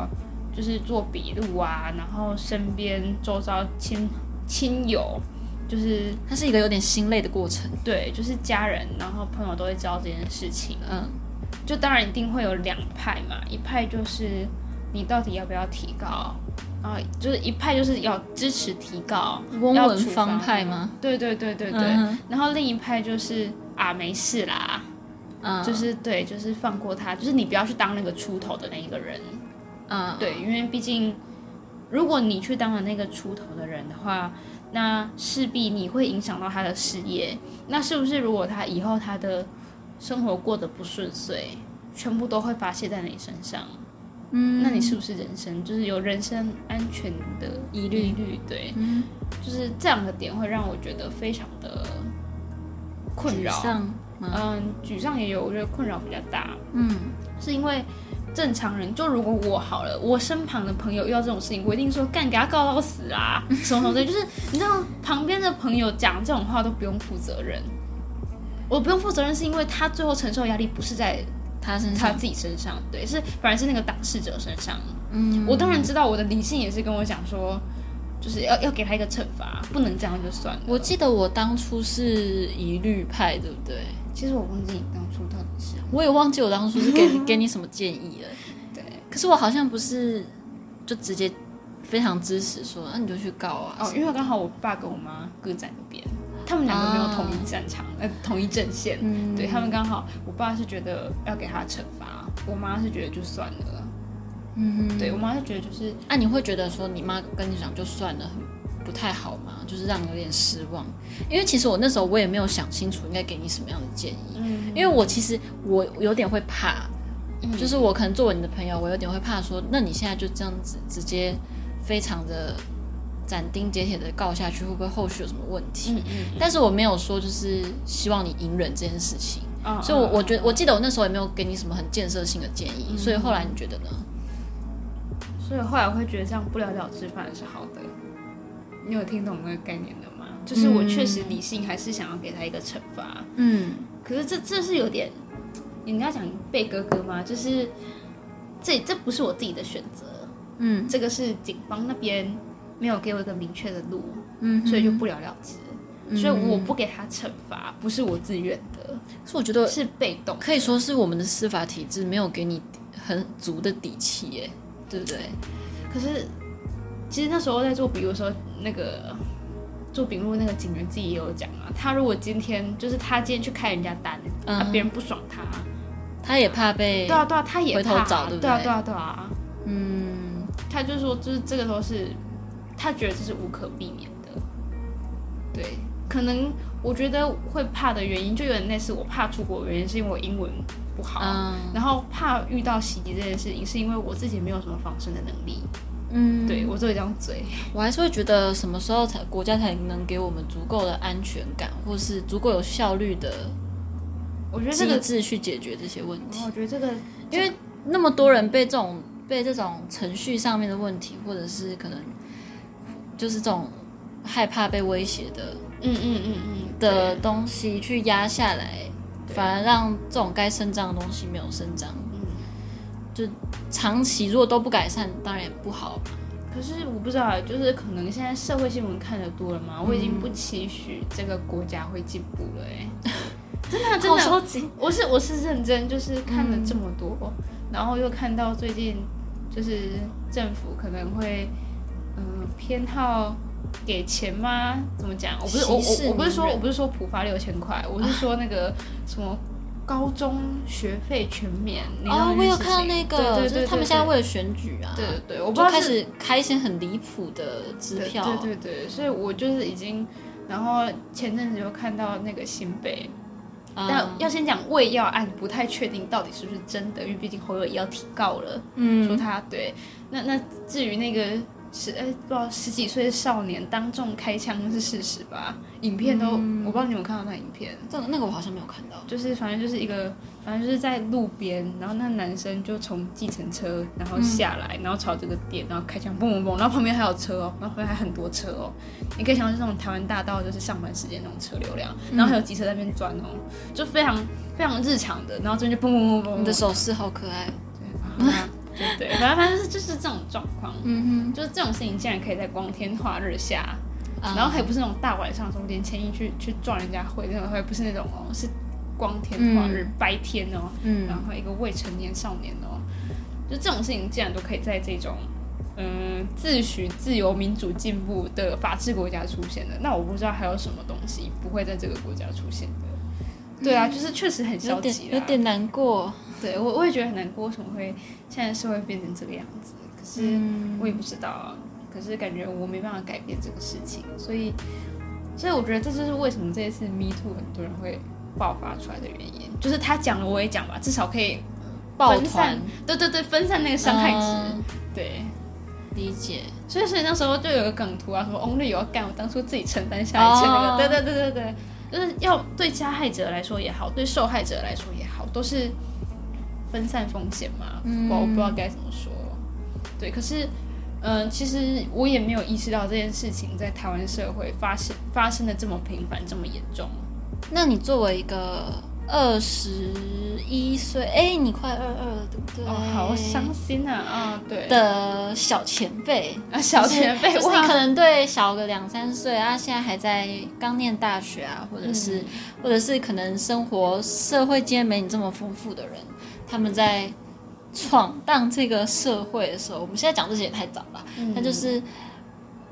[SPEAKER 2] 就是做笔录啊，然后身边周遭亲亲友，就是
[SPEAKER 1] 它是一个有点心累的过程。
[SPEAKER 2] 对，就是家人，然后朋友都会知道这件事情。
[SPEAKER 1] 嗯
[SPEAKER 2] 就当然一定会有两派嘛，一派就是你到底要不要提高，然后就是一派就是要支持提高，
[SPEAKER 1] 翁
[SPEAKER 2] 要
[SPEAKER 1] 文
[SPEAKER 2] 处
[SPEAKER 1] 方
[SPEAKER 2] 罚
[SPEAKER 1] 派吗？
[SPEAKER 2] 对对对对对，
[SPEAKER 1] 嗯哼
[SPEAKER 2] 然后另一派就是啊没事啦，
[SPEAKER 1] 嗯，
[SPEAKER 2] 就是对，就是放过他，就是你不要去当那个出头的那一个人，
[SPEAKER 1] 嗯
[SPEAKER 2] 对，因为毕竟如果你去当了那个出头的人的话，那势必你会影响到他的事业。那是不是如果他以后他的生活过得不顺遂，全部都会发泄在你身上？
[SPEAKER 1] 嗯，
[SPEAKER 2] 那你是不是人生就是有人身安全的
[SPEAKER 1] 疑虑
[SPEAKER 2] 疑虑？对，
[SPEAKER 1] 嗯
[SPEAKER 2] 就是这样的点会让我觉得非常的困扰
[SPEAKER 1] 沮。丧吗？
[SPEAKER 2] 嗯，沮丧也有，我觉得困扰比较大。
[SPEAKER 1] 嗯
[SPEAKER 2] 是因为正常人，就如果我好了，我身旁的朋友遇到这种事情，我一定说干给他告到死 啦，什么什么的，就是你知道旁边的朋友讲这种话都不用负责任。我不用负责任，是因为他最后承受的压力不是在
[SPEAKER 1] 他身
[SPEAKER 2] 他
[SPEAKER 1] 上，
[SPEAKER 2] 自己身上，对，是反而是那个当事者身上。
[SPEAKER 1] 嗯，
[SPEAKER 2] 我当然知道，我的理性也是跟我讲说，就是要要给他一个惩罚，不能这样就算了。
[SPEAKER 1] 我记得我当初是疑虑派，对不对？
[SPEAKER 2] 其实我忘记你当初到底是
[SPEAKER 1] 我也忘记我当初是给给你什么建议了。
[SPEAKER 2] 对，
[SPEAKER 1] 可是我好像不是就直接非常支持说，那你就去告啊。
[SPEAKER 2] 哦，因为刚好我爸跟我妈各站一边，他们两个没有同一战场，呃，同一阵线。
[SPEAKER 1] 啊嗯
[SPEAKER 2] 对他们刚好，我爸是觉得要给他惩罚，我妈是觉得就算了。
[SPEAKER 1] 嗯哼，
[SPEAKER 2] 对我妈是觉得就是
[SPEAKER 1] 那、你会觉得说你妈跟你讲就算了，很不太好嘛，就是让你有点失望。因为其实我那时候我也没有想清楚应该给你什么样的建议，
[SPEAKER 2] 嗯
[SPEAKER 1] 因为我其实我有点会怕，
[SPEAKER 2] 嗯
[SPEAKER 1] 就是我可能作为你的朋友，我有点会怕说，那你现在就这样子直接非常的斩钉截铁的告下去，会不会后续有什么问题？
[SPEAKER 2] 嗯嗯
[SPEAKER 1] 但是我没有说就是希望你隐忍这件事情，
[SPEAKER 2] 嗯，
[SPEAKER 1] 所以我我觉
[SPEAKER 2] 得
[SPEAKER 1] 得我记得我那时候也没有给你什么很建设性的建
[SPEAKER 2] 嗯
[SPEAKER 1] 议，所以后来你觉得呢？，
[SPEAKER 2] 所以后来我会觉得这样不了了之反而是好的。你有听懂那个概念的吗？就是我确实理性还是想要给他一个惩罚，
[SPEAKER 1] 嗯，
[SPEAKER 2] 可是这这是有点，你要讲被哥哥吗？就是这这不是我自己的选择，
[SPEAKER 1] 嗯
[SPEAKER 2] 这个是警方那边没有给我一个明确的路，
[SPEAKER 1] 嗯
[SPEAKER 2] 所以就不了了之。
[SPEAKER 1] 嗯
[SPEAKER 2] 所以我不给他惩罚，不是我自愿的，
[SPEAKER 1] 是我觉得
[SPEAKER 2] 是被动的。
[SPEAKER 1] 呃可以说是我们的司法体制没有给你很足的底气，耶，对不对？
[SPEAKER 2] 可是，其实那时候在做笔录的时候，那个做笔录那个警员自己也有讲啊，他如果今天就是他今天去开人家单，
[SPEAKER 1] 嗯
[SPEAKER 2] 啊，别人不爽他，
[SPEAKER 1] 他也怕被
[SPEAKER 2] 对啊对啊，他也
[SPEAKER 1] 回头
[SPEAKER 2] 怕啊
[SPEAKER 1] 找对不
[SPEAKER 2] 对啊
[SPEAKER 1] 对
[SPEAKER 2] 对啊对啊，
[SPEAKER 1] 嗯
[SPEAKER 2] 他就说就是这个都是他觉得这是无可避免的，对，可能我觉得会怕的原因就有点类似我怕出国的原因是因为我英文不好。
[SPEAKER 1] 嗯
[SPEAKER 2] 然后怕遇到袭击这件事情，是因为我自己没有什么防身的能力，
[SPEAKER 1] 嗯，
[SPEAKER 2] 对我只有一张嘴，
[SPEAKER 1] 我还是会觉得什么时候才国家才能给我们足够的安全感，或是足够有效率的
[SPEAKER 2] 我觉得这
[SPEAKER 1] 机
[SPEAKER 2] 个哦
[SPEAKER 1] 制去解决这些问题。
[SPEAKER 2] 我觉得这个
[SPEAKER 1] 因为那么多人被这种被这种程序上面的问题，或者是可能就是这种害怕被威胁的
[SPEAKER 2] 嗯嗯嗯嗯
[SPEAKER 1] 的
[SPEAKER 2] 对
[SPEAKER 1] 东西去压下来，
[SPEAKER 2] 对
[SPEAKER 1] 反而让这种该生长的东西没有生长。
[SPEAKER 2] 嗯，
[SPEAKER 1] 长期如果都不改善，当然也不好。
[SPEAKER 2] 可是我不知道啊，就是可能现在社会新闻看的多了嘛，我已经
[SPEAKER 1] 嗯
[SPEAKER 2] 不期许这个国家会进步了哎、真的啊真
[SPEAKER 1] 好
[SPEAKER 2] 的啊，
[SPEAKER 1] 消极，
[SPEAKER 2] 我是我是认真，就是看了这么
[SPEAKER 1] 嗯
[SPEAKER 2] 多，然后又看到最近就是政府可能会嗯、呃偏好。给钱吗？怎么讲？我不是我
[SPEAKER 1] 歧视
[SPEAKER 2] 我我不是说
[SPEAKER 1] 名人
[SPEAKER 2] 我不是说普发六千块，我是说那个什么高中学费全免。你知道
[SPEAKER 1] 哦，我
[SPEAKER 2] 件
[SPEAKER 1] 有
[SPEAKER 2] 事
[SPEAKER 1] 看到
[SPEAKER 2] 情
[SPEAKER 1] 那个，
[SPEAKER 2] 对对对
[SPEAKER 1] 就是他
[SPEAKER 2] 对
[SPEAKER 1] 们现在
[SPEAKER 2] 对
[SPEAKER 1] 为了选举啊，
[SPEAKER 2] 对对对，我不知
[SPEAKER 1] 就
[SPEAKER 2] 道
[SPEAKER 1] 开
[SPEAKER 2] 是
[SPEAKER 1] 始开一些很离谱的支
[SPEAKER 2] 对
[SPEAKER 1] 票，
[SPEAKER 2] 对对对，所以我就是已经，然后前阵子又看到那个新北，
[SPEAKER 1] 嗯
[SPEAKER 2] 但要先讲胃药案，不太确定到底是不是真的，因为毕竟侯友宜要提告了，说
[SPEAKER 1] 嗯，
[SPEAKER 2] 他对。那那至于那个十哎、不知道十几岁的少年当众开枪是事实吧？影片都、
[SPEAKER 1] 嗯
[SPEAKER 2] 我不知道你有没有看到那影片，
[SPEAKER 1] 这个那个我好像没有看到，
[SPEAKER 2] 就是反正就是一个，反正就是在路边，然后那男生就从计程车然
[SPEAKER 1] 嗯
[SPEAKER 2] 后下来，然后朝这个店，然后开枪，嘣嘣嘣，然后旁边还有车哦，然后旁边还很多车哦，你可以想象是那种台湾大道就是上班时间那种车流量，然
[SPEAKER 1] 嗯
[SPEAKER 2] 后还有机车在那边钻哦，就非常非常日常的，然后这边就嘣嘣嘣嘣，
[SPEAKER 1] 你的
[SPEAKER 2] 嘣
[SPEAKER 1] 手势好可爱哦，
[SPEAKER 2] 对啊对对，反正反正就是就是这种状况，
[SPEAKER 1] 嗯
[SPEAKER 2] 就是这种事情竟然可以在光天化日下，
[SPEAKER 1] 哼，
[SPEAKER 2] 然后
[SPEAKER 1] 还
[SPEAKER 2] 还不是那种大晚上中间牵一去去撞人家会那种会，不是那种哦，是光天化日、白天哦，
[SPEAKER 1] 嗯
[SPEAKER 2] 然后一个未成年少年哦，就这种事情竟然都可以在这种嗯自诩自由、民主、进步的法治国家出现的，那我不知道还有什么东西不会在这个国家出现的。对啊，就是确实很消
[SPEAKER 1] 有
[SPEAKER 2] 极
[SPEAKER 1] 点
[SPEAKER 2] 啦
[SPEAKER 1] 嗯有点难过，
[SPEAKER 2] 对我我也觉得很难过，为什么会现在社会变成这个样子？可
[SPEAKER 1] 嗯
[SPEAKER 2] 是我也不知道啊，可是感觉我没办法改变这个事情，所以所以我觉得这就是为什么这一次 Me Too 很多人会爆发出来的原因，就是他讲了我也讲吧，至少可以
[SPEAKER 1] 抱
[SPEAKER 2] 分散
[SPEAKER 1] 团，
[SPEAKER 2] 对对对分散那个伤害值，
[SPEAKER 1] 嗯
[SPEAKER 2] 对。
[SPEAKER 1] 理解，
[SPEAKER 2] 所以，所以那时候就有个梗图啊，什么 only 有要干，我当初自己承担下一切那个
[SPEAKER 1] 哦
[SPEAKER 2] 对对对对对，就是要对加害者来说也好，对受害者来说也好，都是分散风险嘛。
[SPEAKER 1] 嗯
[SPEAKER 2] 我不知道该怎么说。对，可是，嗯、其实我也没有意识到这件事情在台湾社会发生发生的这么频繁，这么严重。
[SPEAKER 1] 那你作为一个二十一岁，哎，你快二二了，对不对？
[SPEAKER 2] 哦，好伤心啊！啊、对，
[SPEAKER 1] 的小前辈，
[SPEAKER 2] 啊，小前辈，
[SPEAKER 1] 就是你
[SPEAKER 2] 哇
[SPEAKER 1] 可能对小个两三岁啊，现在还在刚念大学啊，或者是、
[SPEAKER 2] 嗯
[SPEAKER 1] 或者是可能生活社会经验没你这么丰富的人，他们在闯荡这个社会的时候，我们现在讲这些也太早了，
[SPEAKER 2] 嗯
[SPEAKER 1] 但就是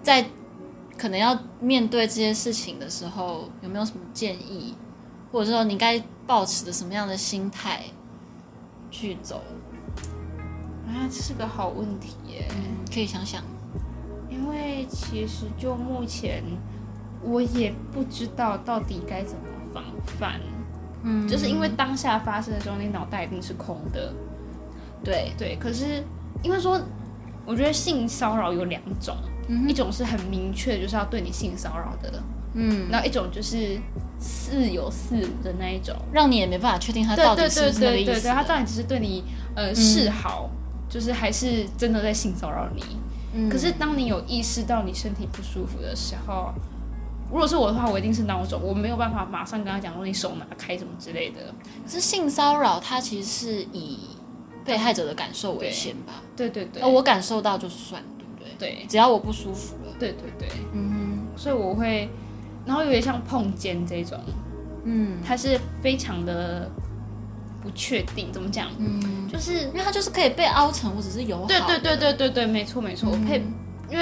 [SPEAKER 1] 在可能要面对这些事情的时候，有没有什么建议，或者说你该保持着什么样的心态去走？
[SPEAKER 2] 啊，这是个好问题耶。
[SPEAKER 1] 嗯，可以想想。
[SPEAKER 2] 因为为其实就目前我也不知道到底该怎么防范，
[SPEAKER 1] 嗯
[SPEAKER 2] 就是因为当下发生的时候，你脑袋一定是空的。
[SPEAKER 1] 对，
[SPEAKER 2] 对，可是因为说，我觉得性骚扰有两种，
[SPEAKER 1] 嗯
[SPEAKER 2] 一种是很明确就是要对你性骚扰的，
[SPEAKER 1] 嗯，
[SPEAKER 2] 然后一种就是似有似无的那一种。
[SPEAKER 1] 让你也没办法确定他
[SPEAKER 2] 对
[SPEAKER 1] 到
[SPEAKER 2] 对
[SPEAKER 1] 底是
[SPEAKER 2] 对
[SPEAKER 1] 不是那个
[SPEAKER 2] 对
[SPEAKER 1] 意
[SPEAKER 2] 对
[SPEAKER 1] 思啊嗯
[SPEAKER 2] 对，
[SPEAKER 1] 的。
[SPEAKER 2] 他到底只是对你呃示好，就是还是真的在性骚扰你。
[SPEAKER 1] 嗯
[SPEAKER 2] 可是当你有意识到你身体不舒服的时候，如果是我的话，我一定是孬种，我没有办法马上跟他讲说你手拿开什么之类的。
[SPEAKER 1] 可是性骚扰，它其实是以被害者的感受为先吧？
[SPEAKER 2] 对对对，
[SPEAKER 1] 呃，我感受到就算，对不对？
[SPEAKER 2] 哦对
[SPEAKER 1] 只要我不舒服了，
[SPEAKER 2] 对对对，
[SPEAKER 1] 嗯
[SPEAKER 2] 所以我会，然后有点像碰肩这种，
[SPEAKER 1] 嗯
[SPEAKER 2] 它是非常的不确定，怎么讲？
[SPEAKER 1] 嗯，
[SPEAKER 2] 就是
[SPEAKER 1] 因为它就是可以被凹成或者是友好的，
[SPEAKER 2] 对对对对对对，没错没错，我配
[SPEAKER 1] 嗯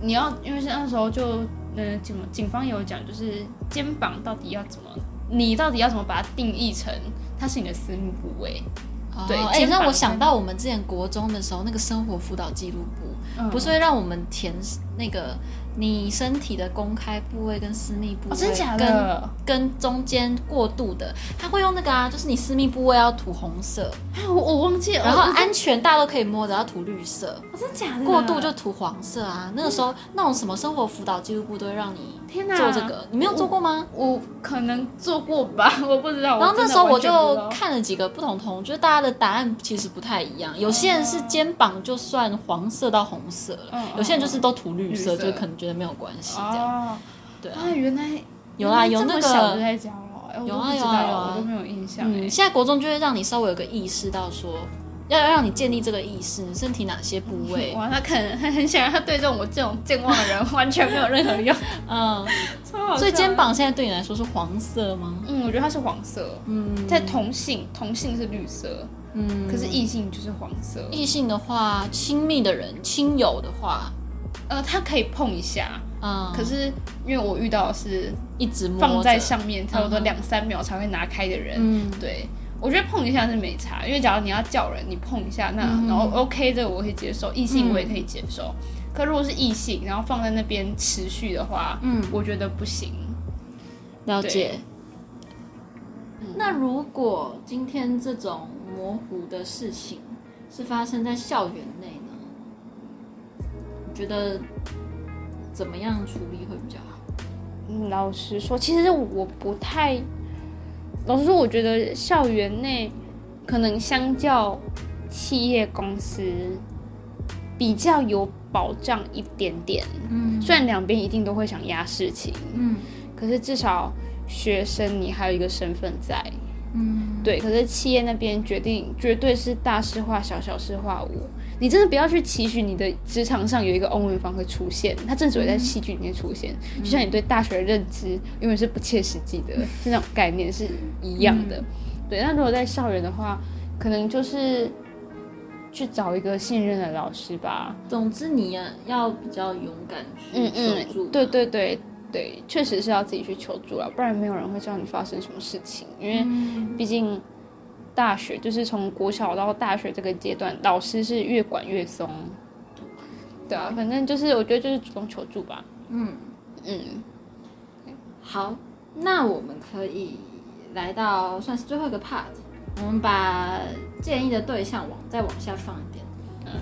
[SPEAKER 2] 你要，因为是那时候就，嗯、警警方有讲，就是肩膀到底要怎么，你到底要怎么把它定义成它是你的私密部位？
[SPEAKER 1] 哦
[SPEAKER 2] 对
[SPEAKER 1] 哎、
[SPEAKER 2] 肩膀
[SPEAKER 1] 让我想到我们之前国中的时候那个生活辅导记录簿，
[SPEAKER 2] 嗯
[SPEAKER 1] 不是会让我们填那个你身体的公开部位跟私密部
[SPEAKER 2] 哦，
[SPEAKER 1] 位，
[SPEAKER 2] 真假的？
[SPEAKER 1] 跟跟中间过渡的，他会用那个啊，就是你私密部位要涂红色，
[SPEAKER 2] 啊，我我忘记了。
[SPEAKER 1] 然后
[SPEAKER 2] 哦、
[SPEAKER 1] 安全大家都可以摸的要涂绿色，
[SPEAKER 2] 哦真假的
[SPEAKER 1] 过度就涂黄色啊。那个时候那种什么生活辅导记录簿都会让你
[SPEAKER 2] 天哪，
[SPEAKER 1] 做这个，你没有做过吗？
[SPEAKER 2] 我可能做过吧，我不知道。
[SPEAKER 1] 然后那时候我
[SPEAKER 2] 真的完全不知
[SPEAKER 1] 就
[SPEAKER 2] 道
[SPEAKER 1] 看了几个不同同，就是大家的答案其实不太一样。有些人是肩膀就算黄色到红色了，
[SPEAKER 2] 哦嗯嗯
[SPEAKER 1] 有些人就是都涂绿色，
[SPEAKER 2] 绿色
[SPEAKER 1] 就可能觉得没有关系这样。
[SPEAKER 2] 哦，
[SPEAKER 1] 对啊，
[SPEAKER 2] 啊，原来
[SPEAKER 1] 有啦
[SPEAKER 2] 原来
[SPEAKER 1] 有那个
[SPEAKER 2] 这么小就在教欸了，哎，我都不知
[SPEAKER 1] 有
[SPEAKER 2] 道
[SPEAKER 1] 啊有啊有啊
[SPEAKER 2] 我都没有印象。哎
[SPEAKER 1] 嗯，现在国中就会让你稍微有个意识到说，要要让你建立这个意识，你身体哪些部
[SPEAKER 2] 哎
[SPEAKER 1] 位，
[SPEAKER 2] 哇，他可能很很显然，他对这种我这种健忘 的人完全没有任何用，
[SPEAKER 1] 嗯，
[SPEAKER 2] 超好笑
[SPEAKER 1] 所以肩，膀现在对你来说是黄色吗？
[SPEAKER 2] 嗯，我觉得它是黄色，
[SPEAKER 1] 嗯，
[SPEAKER 2] 在同性，同性是绿色，
[SPEAKER 1] 嗯，
[SPEAKER 2] 可是异性就是黄色。
[SPEAKER 1] 异性的话，亲密的人、亲友的话，
[SPEAKER 2] 呃，它可以碰一下，
[SPEAKER 1] 嗯，
[SPEAKER 2] 可是因为我遇到的是
[SPEAKER 1] 一直摸
[SPEAKER 2] 放在
[SPEAKER 1] 着，
[SPEAKER 2] 上面差不多两三秒才会拿开的人，
[SPEAKER 1] 嗯，
[SPEAKER 2] 对。我觉得碰一下是没差，因为假如你要叫人，你碰一下，那、
[SPEAKER 1] 嗯
[SPEAKER 2] 然后 OK 这个我可以接受，异性我也可以接受。可如果是异性，然后放在那边持续的话，
[SPEAKER 1] 嗯，
[SPEAKER 2] 我觉得不行。
[SPEAKER 1] 了
[SPEAKER 2] 对
[SPEAKER 1] 解。那如果今天这种模糊的事情是发生在校园内呢？你觉得怎么样处理会比较好？
[SPEAKER 2] 嗯老实说，其实我不太，老实说，我觉得校园内可能相较企业公司比较有保障一点点。
[SPEAKER 1] 嗯
[SPEAKER 2] 虽然两边一定都会想压事情，
[SPEAKER 1] 嗯
[SPEAKER 2] 可是至少学生你还有一个身份在。
[SPEAKER 1] 嗯，
[SPEAKER 2] 对，可是企业那边决定绝对是大事化小，小事化无。你真的不要去期许你的职场上有一个欧文方会出现，他正只会在戏剧里面出现，就像你对大学的认知永远是不切实际的，是那种概念是一样的。对，那如果在校园的话，可能就是去找一个信任的老师吧，
[SPEAKER 1] 总之你要要比较勇敢去
[SPEAKER 2] 嗯
[SPEAKER 1] 守住
[SPEAKER 2] 嗯，
[SPEAKER 1] 嘛。
[SPEAKER 2] 对对对对，确实是要自己去求助啊了，不然没有人会知道你发生什么事情。因为毕竟大学就是从国小到大学这个阶段，老师是越管越松。对啊，反正就是我觉得就是主动求助吧。
[SPEAKER 1] 嗯，
[SPEAKER 2] 嗯，
[SPEAKER 1] 好，那我们可以来到算是最后一个 part，我们把建议的对象往再往下放一点，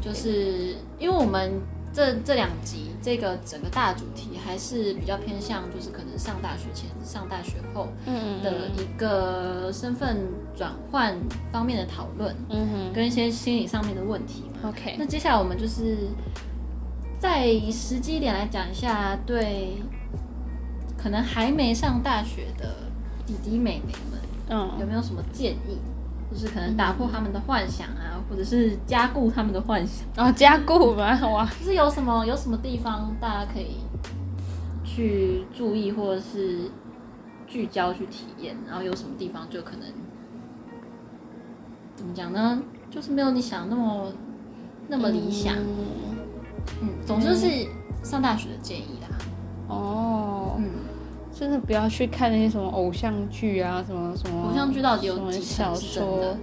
[SPEAKER 1] 就是因为我们这这两集这个整个大主题还是比较偏向就是可能上大学前、上大学后
[SPEAKER 2] 嗯
[SPEAKER 1] 的一个身份转换方面的讨论，
[SPEAKER 2] 嗯哼
[SPEAKER 1] 跟一些心理上面的问题嘛。
[SPEAKER 2] ，OK，
[SPEAKER 1] 那接下来我们就是再以时机点来讲一下，对可能还没上大学的弟弟妹妹们，有
[SPEAKER 2] 嗯
[SPEAKER 1] 没有什么建议？就是可能打破他们的幻想啊，或者是加固他们的幻想，
[SPEAKER 2] 然后哦加固嘛，
[SPEAKER 1] 嗯
[SPEAKER 2] 哇，
[SPEAKER 1] 啊就是有什么有什么地方大家可以去注意，或者是聚焦去体验，然后有什么地方就可能怎么讲呢？就是没有你想那么那么理想。
[SPEAKER 2] 嗯
[SPEAKER 1] 嗯，总之是上大学的建议啦。
[SPEAKER 2] 哦，
[SPEAKER 1] 嗯，
[SPEAKER 2] 真的不要去看那些什么偶像剧啊，什么什么
[SPEAKER 1] 偶像剧到底有
[SPEAKER 2] 什么
[SPEAKER 1] 几成
[SPEAKER 2] 小
[SPEAKER 1] 是真
[SPEAKER 2] 说
[SPEAKER 1] 的？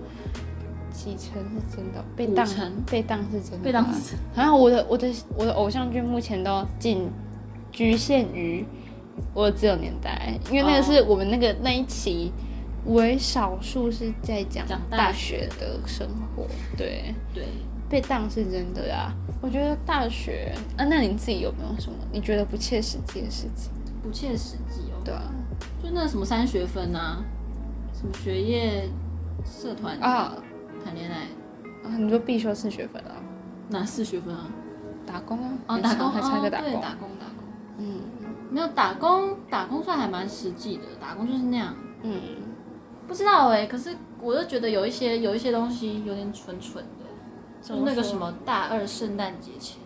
[SPEAKER 2] 几成是真的，被
[SPEAKER 1] 五
[SPEAKER 2] 当
[SPEAKER 1] 成
[SPEAKER 2] 被当是真的吧，
[SPEAKER 1] 被当
[SPEAKER 2] 好像我的我的我的偶像剧目前都仅局限于我的自由年代，因为那个
[SPEAKER 1] 哦
[SPEAKER 2] 是我们那个、那一期为少数是在讲
[SPEAKER 1] 讲大
[SPEAKER 2] 大学的生活，对，
[SPEAKER 1] 对，
[SPEAKER 2] 被当是真的啊。我觉得大学啊，那你自己有没有什么你觉得不切实际的事情？
[SPEAKER 1] 不切实际哦。
[SPEAKER 2] 嗯对啊，
[SPEAKER 1] 就那什么三学分啊，什么学业、社团、
[SPEAKER 2] 啊，
[SPEAKER 1] 谈恋爱，
[SPEAKER 2] 啊你说必修四学分啊，
[SPEAKER 1] 哪四学分啊？
[SPEAKER 2] 打工啊，
[SPEAKER 1] 哦，
[SPEAKER 2] 没
[SPEAKER 1] 打
[SPEAKER 2] 差
[SPEAKER 1] 工
[SPEAKER 2] 还差一个打
[SPEAKER 1] 哦
[SPEAKER 2] 工
[SPEAKER 1] 对，，打工打工，
[SPEAKER 2] 嗯
[SPEAKER 1] 没有打工，打工算还蛮实际的，打工就是那样。
[SPEAKER 2] 嗯。
[SPEAKER 1] 不知道哎、可是我就觉得有一些有一些东西有点蠢蠢的，就
[SPEAKER 2] 怎
[SPEAKER 1] 是
[SPEAKER 2] 么
[SPEAKER 1] 那个
[SPEAKER 2] 说
[SPEAKER 1] 什么大二圣诞节前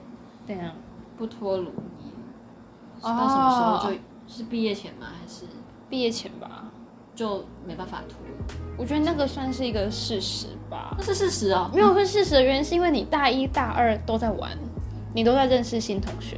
[SPEAKER 2] 对啊，
[SPEAKER 1] 不脱乳液，是
[SPEAKER 2] 哦
[SPEAKER 1] 到什么时候就、是毕业前吗？还是
[SPEAKER 2] 毕业前吧，
[SPEAKER 1] 就没办法脱了？
[SPEAKER 2] 我觉得那个算是一个事实吧
[SPEAKER 1] 那。是事实哦。
[SPEAKER 2] 没有会事实的原因是因为你大一大二都在玩，你都在认识新同学。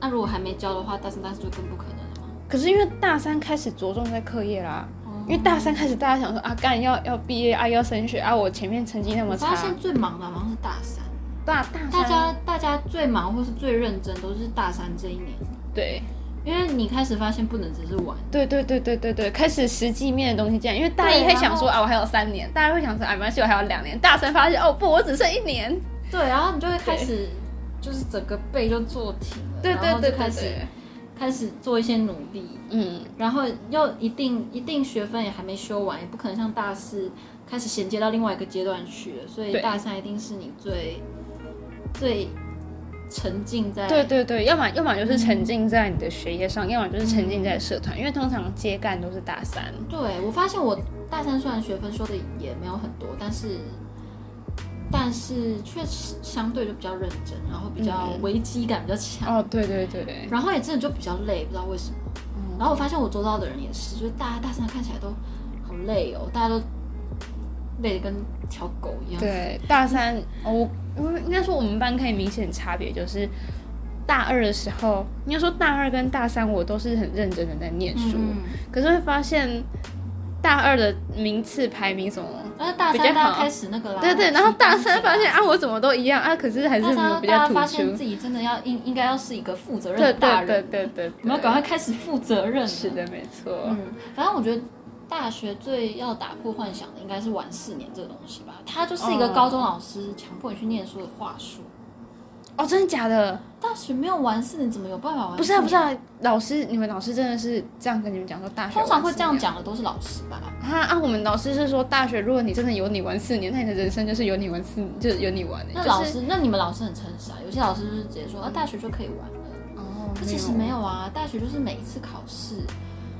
[SPEAKER 1] 那、如果还没交的话，大三大四就更不可能了吗？
[SPEAKER 2] 可是因为大三开始着重在课业啦，
[SPEAKER 1] 哦
[SPEAKER 2] 因为大三开始大家想说啊，干要要毕业啊，要升学啊，我前面成绩那么
[SPEAKER 1] 我发
[SPEAKER 2] 差，啊
[SPEAKER 1] 现最忙的好像是大三，
[SPEAKER 2] 大大
[SPEAKER 1] 大
[SPEAKER 2] 三
[SPEAKER 1] 家大家最忙或是最认真都是大三这一年，
[SPEAKER 2] 对
[SPEAKER 1] 因为你开始发现不能只是玩，
[SPEAKER 2] 对对对对对对，开始实际面的东西这样，因为大一
[SPEAKER 1] 对
[SPEAKER 2] 会想说
[SPEAKER 1] 然
[SPEAKER 2] 啊，我还有三年，大家会想说啊，没关系，我还有两年，大三发现哦不，我只剩一年，
[SPEAKER 1] 对，然后你就会开始就是整个背就坐挺了，
[SPEAKER 2] 对
[SPEAKER 1] 然
[SPEAKER 2] 对
[SPEAKER 1] 后
[SPEAKER 2] 对
[SPEAKER 1] 就
[SPEAKER 2] 对
[SPEAKER 1] 开始
[SPEAKER 2] 对，
[SPEAKER 1] 开始做一些努力，
[SPEAKER 2] 嗯，
[SPEAKER 1] 然后又一定一定学分也还没修完，也不可能像大四开始衔接到另外一个阶段去了，所以
[SPEAKER 2] 对
[SPEAKER 1] 大三一定是你最最沉浸在
[SPEAKER 2] 对对对，要么要么就是
[SPEAKER 1] 嗯
[SPEAKER 2] 沉浸在你的学业上，要么就是沉浸在社团，因为通常接干都是大三。
[SPEAKER 1] 对，我发现我大三虽然学分修的也没有很多，但是但是确实相对就比较认真，然后比较
[SPEAKER 2] 嗯
[SPEAKER 1] 危机感比较强，
[SPEAKER 2] 哦，对对对，
[SPEAKER 1] 然后也真的就比较累，不知道为什么。
[SPEAKER 2] 嗯
[SPEAKER 1] 然后我发现我周遭的人也是，就是大家大三看起来都好累哦，大家都累得跟条狗一样。
[SPEAKER 2] 对大三，哦我我应该说我们班可以明显差别就是。大二的时候，应该说大二跟大三我都是很认真的在念
[SPEAKER 1] 嗯，
[SPEAKER 2] 书，
[SPEAKER 1] 嗯
[SPEAKER 2] 可是会发现大二的名次排名什么，
[SPEAKER 1] 但是大
[SPEAKER 2] 比较
[SPEAKER 1] 三大家
[SPEAKER 2] 好
[SPEAKER 1] 开始那个啦，
[SPEAKER 2] 对对，然后大三发现
[SPEAKER 1] 啊，
[SPEAKER 2] 啊我怎么都一样啊，可是还是
[SPEAKER 1] 大
[SPEAKER 2] 没有
[SPEAKER 1] 三
[SPEAKER 2] 比
[SPEAKER 1] 大
[SPEAKER 2] 较
[SPEAKER 1] 家
[SPEAKER 2] 突
[SPEAKER 1] 发现
[SPEAKER 2] 出
[SPEAKER 1] 自，己真的要应应该要是一个负责任
[SPEAKER 2] 对
[SPEAKER 1] 的
[SPEAKER 2] 对
[SPEAKER 1] 大
[SPEAKER 2] 对
[SPEAKER 1] 人，
[SPEAKER 2] 对对，
[SPEAKER 1] 我们要
[SPEAKER 2] 对
[SPEAKER 1] 赶快开始负责任了。
[SPEAKER 2] 是的，没错，
[SPEAKER 1] 嗯，反正我觉得大学最要打破幻想的应该是玩四年这个东西吧，它就是一个
[SPEAKER 2] 哦
[SPEAKER 1] 高中老师强迫你去念书的话术。
[SPEAKER 2] 哦，真的假的？
[SPEAKER 1] 大学没有玩四年，怎么有办法玩？
[SPEAKER 2] 不是啊，不是，啊，老师，你们老师真的是这样跟你们讲说大学
[SPEAKER 1] 通常会这样
[SPEAKER 2] 玩四
[SPEAKER 1] 讲的都是老师吧？
[SPEAKER 2] 年啊啊！我们老师是说大学，如果你真的有你玩四年，那你的人生就是有你玩四，就是有你玩的、
[SPEAKER 1] 那
[SPEAKER 2] 就是
[SPEAKER 1] 老师，那你们老师很诚实啊，有些老师就是直接说啊，大学就可以玩了。
[SPEAKER 2] 哦，
[SPEAKER 1] 那其实没有啊，大学就是每一次考试，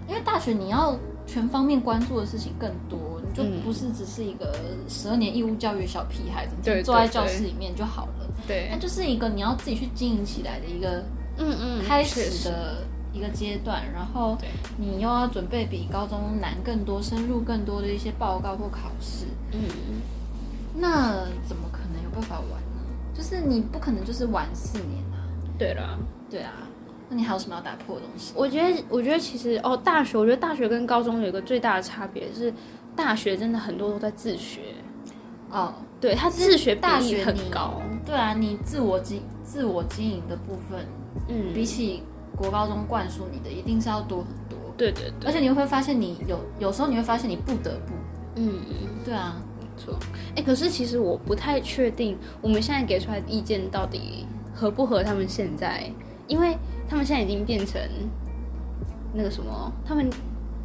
[SPEAKER 1] 因为大学你要全方面关注的事情更多，你就
[SPEAKER 2] 嗯
[SPEAKER 1] 不是只是一个十二年义务教育的小屁孩，整
[SPEAKER 2] 对
[SPEAKER 1] 天坐在
[SPEAKER 2] 对
[SPEAKER 1] 教
[SPEAKER 2] 对
[SPEAKER 1] 室里面就好了。
[SPEAKER 2] 对
[SPEAKER 1] 那，就是一个你要自己去经营起来的一个
[SPEAKER 2] 嗯嗯，
[SPEAKER 1] 开
[SPEAKER 2] 确
[SPEAKER 1] 始
[SPEAKER 2] 实
[SPEAKER 1] 的一个阶段，然后
[SPEAKER 2] 对
[SPEAKER 1] 你又要准备比高中难更多、深入更多的一些报告或考试，
[SPEAKER 2] 嗯，
[SPEAKER 1] 那怎么可能有办法玩呢？就是你不可能就是玩四年啊，
[SPEAKER 2] 对了。
[SPEAKER 1] 对啊，那你还有什么要打破的东西？
[SPEAKER 2] 我觉得，我觉得其实哦，大学，我觉得大学跟高中有一个最大的差别是，大学真的很多都在自学，
[SPEAKER 1] 哦，
[SPEAKER 2] 对他自学比
[SPEAKER 1] 大
[SPEAKER 2] 例
[SPEAKER 1] 学
[SPEAKER 2] 很
[SPEAKER 1] 你
[SPEAKER 2] 高，
[SPEAKER 1] 对啊，你自我经自我经营的部分，
[SPEAKER 2] 嗯，
[SPEAKER 1] 比起国高中灌输你的，一定是要多很多。
[SPEAKER 2] 对对对，
[SPEAKER 1] 而且你会发现你，有有时候你会发现你不得不，
[SPEAKER 2] 嗯嗯。
[SPEAKER 1] 对啊，
[SPEAKER 2] 错。哎、可是其实我不太确定我们现在给出来的意见到底合不合他们现在，因为他们现在已经变成那个什么，他们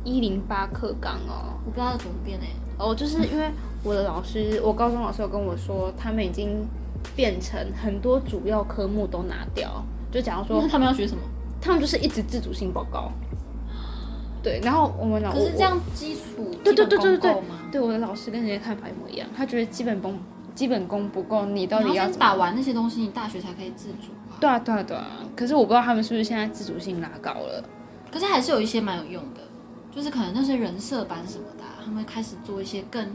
[SPEAKER 2] 一零八课纲哦。
[SPEAKER 1] 我不知道怎么变哎、
[SPEAKER 2] 哦，就是因为我的老师，我高中老师有跟我说，他们已经变成很多主要科目都拿掉，就假如说
[SPEAKER 1] 那他们要学什么？
[SPEAKER 2] 他们就是一直自主性报告。对，然后我们老
[SPEAKER 1] 可是
[SPEAKER 2] 我
[SPEAKER 1] 这样基础
[SPEAKER 2] 对对对对对
[SPEAKER 1] 基本
[SPEAKER 2] 对
[SPEAKER 1] 功够吗，
[SPEAKER 2] 对我的老师跟人家看法一模一样，他觉得基本功基本功不够，你到底
[SPEAKER 1] 你要
[SPEAKER 2] 怎
[SPEAKER 1] 先
[SPEAKER 2] 么？
[SPEAKER 1] 打完那些东西，你大学才可以自主啊。
[SPEAKER 2] 对啊对啊对啊，可是我不知道他们是不是现在自主性拉高了。
[SPEAKER 1] 可是还是有一些蛮有用的，就是可能那些人设班什么的啊、他们会开始做一些更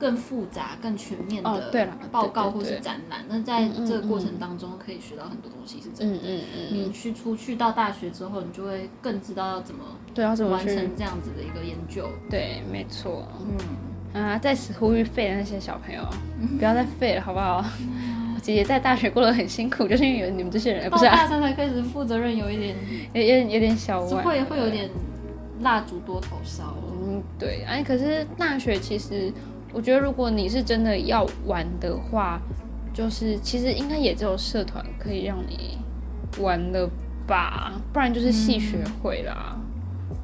[SPEAKER 1] 更复杂、更全面
[SPEAKER 2] 哦对
[SPEAKER 1] 的
[SPEAKER 2] 啦
[SPEAKER 1] 报告
[SPEAKER 2] 对对
[SPEAKER 1] 或是
[SPEAKER 2] 对
[SPEAKER 1] 展览。那在
[SPEAKER 2] 嗯嗯
[SPEAKER 1] 这个过程当中，可以学到很多东西，是真的。
[SPEAKER 2] 嗯嗯嗯，
[SPEAKER 1] 你去出去到大学之后，你就会更知道要怎么
[SPEAKER 2] 对，要怎么
[SPEAKER 1] 完
[SPEAKER 2] 去？
[SPEAKER 1] 成这样子的一个研究。
[SPEAKER 2] 对，没错。
[SPEAKER 1] 嗯，
[SPEAKER 2] 啊，在此呼吁废的那些小朋友，不要再废了，好不好？ 我姐姐在大学过得很辛苦，就是因为有你们这些人，不
[SPEAKER 1] 到
[SPEAKER 2] 是、啊、
[SPEAKER 1] 大三才开始负责任，有一点
[SPEAKER 2] 有有有点小
[SPEAKER 1] 就
[SPEAKER 2] 晚，
[SPEAKER 1] 会会有点蜡烛多头烧。
[SPEAKER 2] 嗯，对，哎，可是大学其实，我觉得如果你是真的要玩的话，就是其实应该也只有社团可以让你玩了吧，不然就是系学
[SPEAKER 1] 嗯
[SPEAKER 2] 会啦。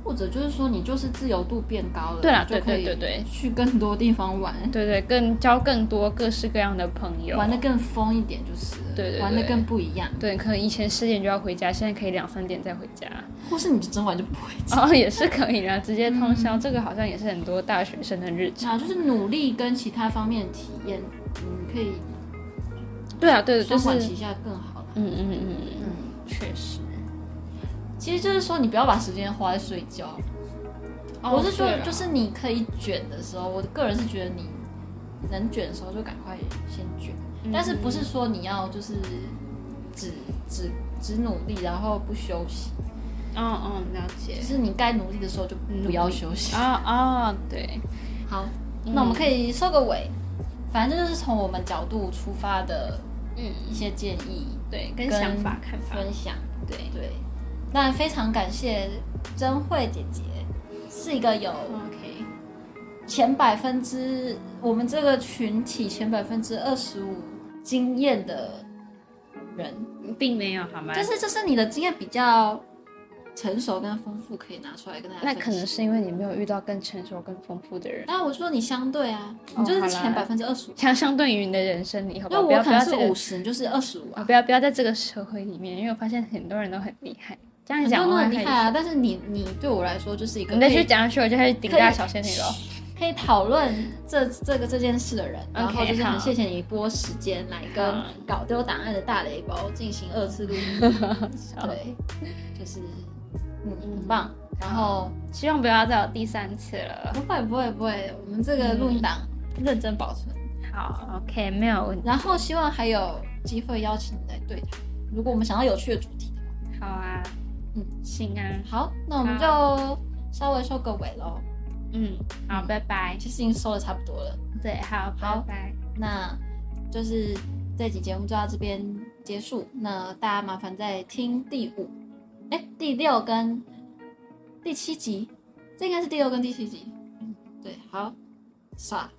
[SPEAKER 1] 或者就是说，你就是自由度变高了，
[SPEAKER 2] 对啦
[SPEAKER 1] 你就可以
[SPEAKER 2] 对对对对
[SPEAKER 1] 去更多地方玩，
[SPEAKER 2] 对对，更交更多各式各样的朋友，
[SPEAKER 1] 玩的更疯一点就是了，
[SPEAKER 2] 对对对
[SPEAKER 1] 玩的更不一样。
[SPEAKER 2] 对，可能以前十点就要回家，现在可以两三点再回 家，
[SPEAKER 1] 或是你就真玩就不会讲，
[SPEAKER 2] 哦，也是可以啦，直接通
[SPEAKER 1] 嗯
[SPEAKER 2] 宵，这个好像也是很多大学生的日常。
[SPEAKER 1] 啊，就是努力跟其他方面的体验，嗯，可以
[SPEAKER 2] 对啊，对，就
[SPEAKER 1] 双
[SPEAKER 2] 是，
[SPEAKER 1] 管
[SPEAKER 2] 嗯
[SPEAKER 1] 齐下更好了。
[SPEAKER 2] 嗯嗯嗯嗯，
[SPEAKER 1] 嗯，
[SPEAKER 2] 确实。
[SPEAKER 1] 其实就是说，你不要把时间花在睡觉。
[SPEAKER 2] 哦
[SPEAKER 1] 我是说
[SPEAKER 2] 对，啦
[SPEAKER 1] 就是你可以卷的时候，我个人是觉得你能卷的时候就赶快先卷，
[SPEAKER 2] 嗯
[SPEAKER 1] 但是不是说你要就是只只只努力然后不休息，哦
[SPEAKER 2] 嗯嗯，了解
[SPEAKER 1] 就。是你该努力的时候就不要休息。
[SPEAKER 2] 啊啊，对，
[SPEAKER 1] 好，
[SPEAKER 2] 嗯
[SPEAKER 1] 那我们可以收个尾，反正就是从我们角度出发的
[SPEAKER 2] 嗯，
[SPEAKER 1] 一些建议
[SPEAKER 2] 对，跟想法看法，
[SPEAKER 1] 分享。
[SPEAKER 2] 对，
[SPEAKER 1] 对，那非常感谢真慧姐姐，是一个有
[SPEAKER 2] OK，
[SPEAKER 1] 前百分之我们这个群体前百分之二十五经验的人，
[SPEAKER 2] 并没有好吗？
[SPEAKER 1] 就是就是你的经验比较成熟跟丰富，可以拿出来跟大家
[SPEAKER 2] 那
[SPEAKER 1] 分享。
[SPEAKER 2] 可能是因为你没有遇到更成熟、更丰富的人，
[SPEAKER 1] 但我说你相对啊，
[SPEAKER 2] 哦
[SPEAKER 1] 你就是
[SPEAKER 2] 好啦
[SPEAKER 1] 前百分之二十五，
[SPEAKER 2] 相相对于你的人生，你好不
[SPEAKER 1] 因为
[SPEAKER 2] 好？不
[SPEAKER 1] 我
[SPEAKER 2] 要
[SPEAKER 1] 可
[SPEAKER 2] 不
[SPEAKER 1] 能
[SPEAKER 2] 要
[SPEAKER 1] 是
[SPEAKER 2] 这
[SPEAKER 1] 五
[SPEAKER 2] 个
[SPEAKER 1] 十，你就是二十五啊
[SPEAKER 2] 啊，。不要不要在这个社会里面，因为我发现很多人都很厉害，这样
[SPEAKER 1] 很多
[SPEAKER 2] 讲
[SPEAKER 1] 人都
[SPEAKER 2] 我会
[SPEAKER 1] 很厉害
[SPEAKER 2] 害
[SPEAKER 1] 啊，但是你你对我来说就是一
[SPEAKER 2] 羞。
[SPEAKER 1] 个
[SPEAKER 2] 你再
[SPEAKER 1] 可以
[SPEAKER 2] 去讲下去，我就开始顶
[SPEAKER 1] 可以
[SPEAKER 2] 大小仙女了。
[SPEAKER 1] 可以讨论这这个这件事的人，然后就是很
[SPEAKER 2] 好
[SPEAKER 1] 谢谢你拨时间来跟
[SPEAKER 2] 好
[SPEAKER 1] 搞丢档案的大雷包进行二次录音， 对，就是嗯很棒。然后
[SPEAKER 2] 希望不要再有第三次了
[SPEAKER 1] 不。会不会不会，我们这
[SPEAKER 2] 嗯
[SPEAKER 1] 个录音档认真保存，
[SPEAKER 2] 好，OK，没有问题。
[SPEAKER 1] 然后希望还有机会邀请你来对谈，如果我们想到有趣的主题的话，
[SPEAKER 2] 好啊，
[SPEAKER 1] 嗯
[SPEAKER 2] 嗯，行啊，
[SPEAKER 1] 好，那我们就稍微收个尾喽，
[SPEAKER 2] 嗯，好，
[SPEAKER 1] 嗯
[SPEAKER 2] 拜拜。
[SPEAKER 1] 其实已经收的差不多了。
[SPEAKER 2] 对，好，
[SPEAKER 1] 好
[SPEAKER 2] 拜拜。
[SPEAKER 1] 那就是这期节目就到这边结束。那大家麻烦再听第五、哎第六跟第七集，这应该是第六跟第七集。对，好，算了，